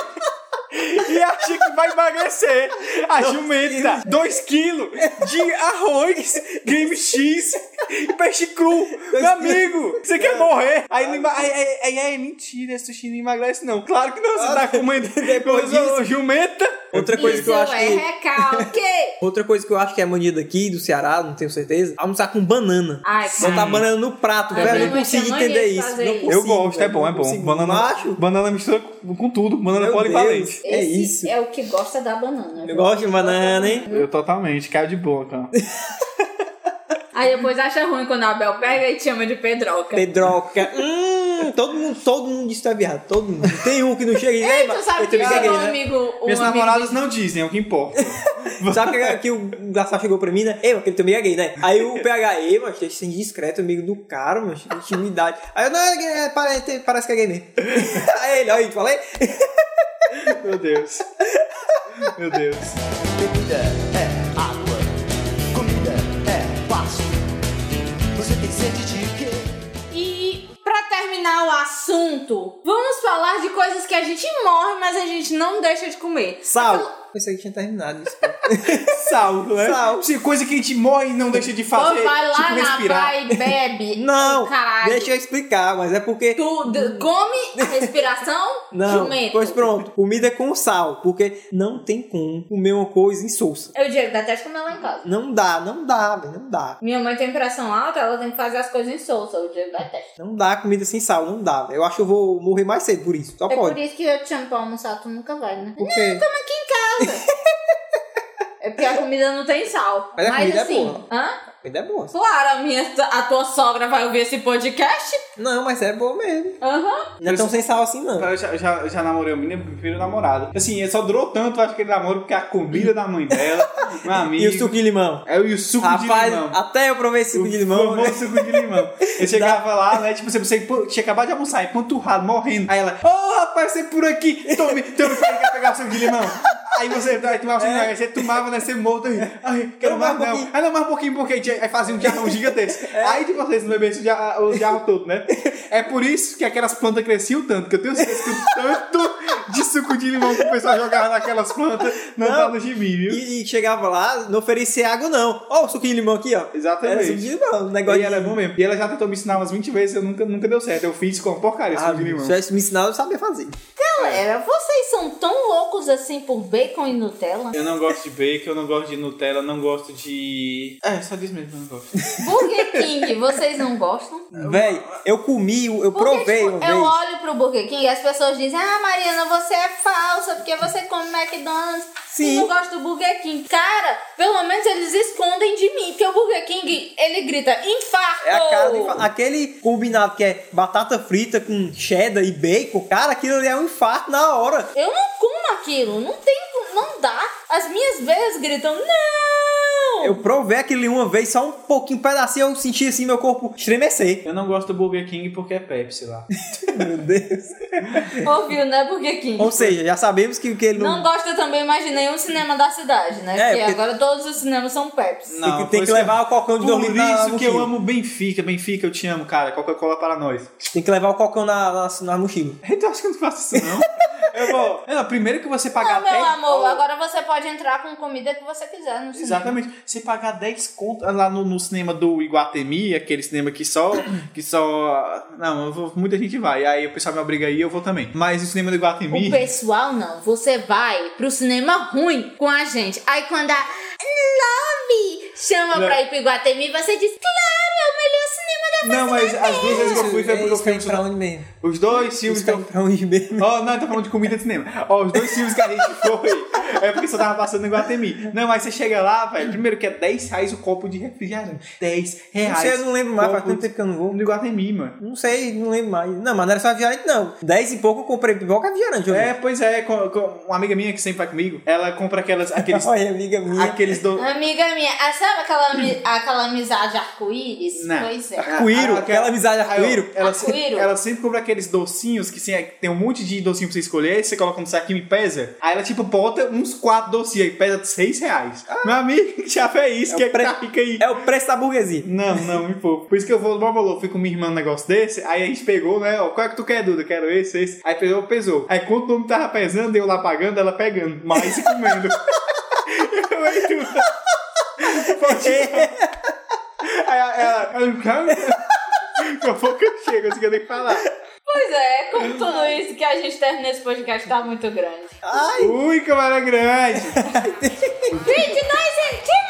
S3: [LAUGHS] e acha que vai emagrecer. A jumenta, 2 quilos de arroz, game X, peixe cru. Meu amigo, você quer morrer? Aí, não ema- aí, aí, aí é mentira, esse sushi não emagrece, não. Claro que não, você tá [LAUGHS] comendo
S2: depois disso.
S3: jumenta.
S2: Outra coisa
S1: Isso
S2: que eu acho
S1: é
S2: que.
S1: recalque.
S2: Outra coisa que eu acho que é mania daqui do Ceará, não tenho certeza, almoçar com banana.
S1: Ai,
S2: Botar
S1: cara. É
S2: banana no prato,
S1: Ai,
S2: velho. Eu
S1: minha
S2: não
S1: mãe
S2: consigo
S1: tem mania
S2: entender
S1: de
S2: isso.
S1: fazer
S2: Não
S1: isso.
S2: consigo,
S3: Eu gosto, é
S2: velho,
S3: bom, é
S2: não
S3: bom.
S2: consigo.
S3: Banana,
S2: Macho,
S3: banana mistura com, com tudo, banana
S2: Meu
S3: polivalente.
S2: Deus. É
S1: Esse
S2: isso.
S1: é o que gosta da banana.
S2: eu
S1: viu?
S2: gosto de banana, hein?
S3: Eu totalmente, caiu de boca.
S1: Aí depois acha ruim quando a Abel pega e te chama de Pedroca.
S2: Pedroca. Hum, todo mundo, todo mundo diz que tu é viado. Todo mundo. Não Tem um que não chega e
S1: Ei,
S2: diz,
S1: tu sabe
S2: eu
S1: que
S2: também
S1: isso é
S2: caguei,
S1: um
S2: né?
S1: amigo... Um
S3: Minhas
S1: amigo
S3: namoradas não dizem, é o
S2: [LAUGHS]
S3: que importa.
S2: Sabe que, que o Gaspar chegou pra mim, né? Ei, aquele também é gay, né? Aí o PH, ei, mas deixa de ser indiscreto, amigo do cara, mas que intimidade. Aí eu, não, é, gay, é, parece, parece que é gay mesmo. [LAUGHS] Aí ele, olha, falei.
S3: Meu Deus. Meu Deus.
S5: Bebida é água, comida é fácil. Você tem sede de quê?
S1: E pra terminar o assunto, vamos falar de coisas que a gente morre, mas a gente não deixa de comer.
S2: Sal. Pensei que tinha terminado isso.
S3: [LAUGHS] Sal, né?
S2: Sal.
S3: Se Coisa que a gente morre e não deixa de
S1: Pô,
S3: fazer.
S1: vai lá
S3: tipo,
S1: na
S3: respirar.
S1: praia e bebe.
S2: [LAUGHS] Não,
S1: Oh, caralho.
S2: deixa eu explicar, mas é porque.
S1: Tu d- come, respiração,
S2: [LAUGHS] Não,
S1: jumento.
S2: pois pronto, comida com sal, porque não tem como comer uma coisa insossa.
S1: Eu, Diego, detesto comer lá em casa.
S2: Não dá, não dá, velho, não dá.
S1: Minha mãe tem pressão alta, ela tem que fazer as coisas em solta. O Diego detesta.
S2: Não dá comida sem sal, não dá. velho. Eu acho que eu vou morrer mais cedo por isso, só
S1: É por
S2: pode.
S1: isso que eu te chamo pra almoçar, tu nunca vai, né?
S2: Porque
S1: É porque a comida não tem sal.
S2: Mas a comida é
S1: assim,
S2: boa.
S1: hã?
S2: comida é boa.
S1: Claro, a, minha, a tua sogra vai ouvir esse podcast?
S2: Não, mas é boa mesmo.
S1: Aham.
S2: Não é tão sem sal assim, não.
S3: Eu já, eu já, eu já namorei o menino, prefiro namorado. Assim, ele só durou tanto, acho que ele namoro, porque a comida da mãe [LAUGHS] dela, meu amigo.
S2: E o suco de limão?
S3: É, e o suco
S2: Rapaz,
S3: de limão.
S2: até eu provei suco de limão. né?
S3: famoso
S2: velho.
S3: suco de limão.
S2: [LAUGHS]
S3: Eu chegava lá, né? Tipo, você, você pô, tinha acabado de almoçar, empanturrado, morrendo. Aí ela, ô rapaz, você é por aqui, tome, tome, pai, quer pegar o suco de limão. Aí você vai tomar o suco de limão, aí você tomava, né? Você morto, aí, ai, quero
S2: Quero mais um
S3: mais não.
S2: pouquinho. É.
S3: Aí não, mais um pouquinho, porque tinha- aí fazia um
S2: [LAUGHS]
S3: jarrão gigantesco. Aí de vocês não bebessem o jarro, o jarro todo, né? É por isso que aquelas plantas cresciam tanto, que eu tenho certeza que o tanto de suco de limão que o pessoal jogava naquelas plantas não,
S2: Não.
S3: tá no gibi, viu?
S2: E, e chegava lá, não oferecia água, não. Ó, o suco de limão aqui, ó.
S3: Exatamente.
S2: Era suco de limão, um negócio
S3: E ela é
S2: de...
S3: bom mesmo. E ela já tentou me ensinar umas 20 vezes, eu nunca, nunca deu certo. Eu fiz com uma porcaria esse
S2: Ah,
S3: suco de limão.
S2: se tivesse me ensinado, eu sabia fazer.
S1: Galera, vocês são tão loucos assim por bacon e Nutella?
S3: [LAUGHS] Eu não gosto de bacon, eu não gosto de Nutella, não gosto de. É, só disso mesmo que eu não gosto.
S1: Burger King, vocês não gostam?
S2: Véi, eu comi, eu
S1: Porque,
S2: provei
S1: tipo,
S2: uma
S1: eu
S2: vez.
S1: olho pro Burger King e as pessoas dizem Ah, Mariana, você é falsa porque você come McDonald's e
S2: Sim.
S1: não gosta do Burger King. Cara, pelo menos eles escondem de mim, porque o Burger King, ele grita infarto!
S2: É a cara de... infa- Aquele combinado que é batata frita com cheddar e bacon, cara, aquilo ali é um infarto na hora.
S1: Eu não como aquilo, não tem, não dá. As minhas veias gritam, não!
S2: Eu provei aquilo ali uma vez, só um pouquinho, um pedacinho, eu senti assim meu corpo estremecer.
S3: Eu não gosto do Burger King porque é Pepsi lá.
S2: Meu Deus.
S1: Ouviu, né, Burger King?
S2: Ou seja, já sabemos que, que ele
S1: Não
S2: não...
S1: gosta também mais de nenhum cinema da cidade, né?
S2: É,
S1: porque
S2: porque-
S1: agora todos os cinemas são Pepsi.
S2: Tem que- tem que levar o cocão de
S3: Por
S2: dormir na-
S3: isso
S2: no
S3: que eu
S2: quilo.
S3: amo Benfica. Benfica, eu te [LAUGHS] amo, cara. Coca-Cola para nós.
S2: Tem que levar o cocão na, na, na mochila.
S3: [LAUGHS] Então acho que eu não faço isso, não. Eu vou. Não, primeiro que você pagar
S1: Não,
S3: 10
S1: Ah, meu amor,
S3: dólares-
S1: agora você pode entrar com comida que você quiser no cinema.
S3: Exatamente. Você pagar 10 contas lá no, no cinema do Iguatemi, aquele cinema
S2: [COUGHS]
S3: que só. que só. Não, eu vou- muita gente vai. Aí o pessoal me obriga aí, eu vou também. Mas o cinema do Iguatemi.
S1: O pessoal não, você vai pro cinema ruim com a gente. Aí quando a Lobby chama
S3: Não.
S1: pra ir pro Iguatemi, você diz, é claro,
S3: Não, mas as duas vezes que eu fui foi porque eu
S2: Isso
S3: fui
S2: vem pra onde é mesmo?
S3: Os dois filmes
S2: Isso
S3: que eu
S2: vem pra onde mesmo?
S3: Ó, não, tá falando de comida de cinema. Ó, os dois filmes que a gente foi é porque só tava passando em Guatemi. Não, mas você chega lá, velho, primeiro que é 10 reais o copo de refrigerante. 10
S2: Não
S3: é reais.
S2: sei, eu não lembro mais, faz
S3: copo
S2: tanto tempo que eu não vou.
S3: de Guatemi, mano.
S2: Não sei, não lembro mais. Não, mas não era só refrigerante, não. Dez e pouco eu comprei pipoca né, e refrigerante. eu
S3: É, pois é, com- com uma amiga minha que sempre vai comigo, ela compra aquelas,
S2: [LAUGHS]
S3: aqueles,
S2: lembro. Olha, amiga minha.
S3: aqueles do...
S2: Hum.
S1: meu Amiga minha, ah, sabe aquela, ami- aquela amizade arco-íris?
S3: Não.
S1: Pois é.
S2: Arco-íro, aquela amizade arco-íro.
S3: Ela,
S1: Arco-íro.
S3: ela sempre compra aqueles docinhos que assim, tem um monte de docinho pra você escolher, aí você coloca no saquinho e pesa. Aí ela tipo bota uns quatro docinhos aí, pesa 6 reais. Meu amigo, [LAUGHS] já fez
S2: Ah.
S3: isso,
S2: É o
S3: que é que
S2: pre-
S3: tá rica aí.
S2: É o preço da burguesia.
S3: Não, não, me pouco. Por isso que eu vou no Bobolô, fui com minha irmã um negócio desse, aí a gente pegou, né? Ó, qual é que tu quer, Duda? Quero esse, esse. Aí pesou, pesou. Aí quando o nome tava pesando, eu lá pagando, ela pegando, mais e comendo. eu aí Duda. Pode ir. Aí ela, ela- Daqui a pouco eu chego, assim que eu tenho que falar.
S1: Pois é, com tudo isso que a gente termina esse podcast tá muito grande.
S3: Ui, como era grande!
S1: 22 centímetros!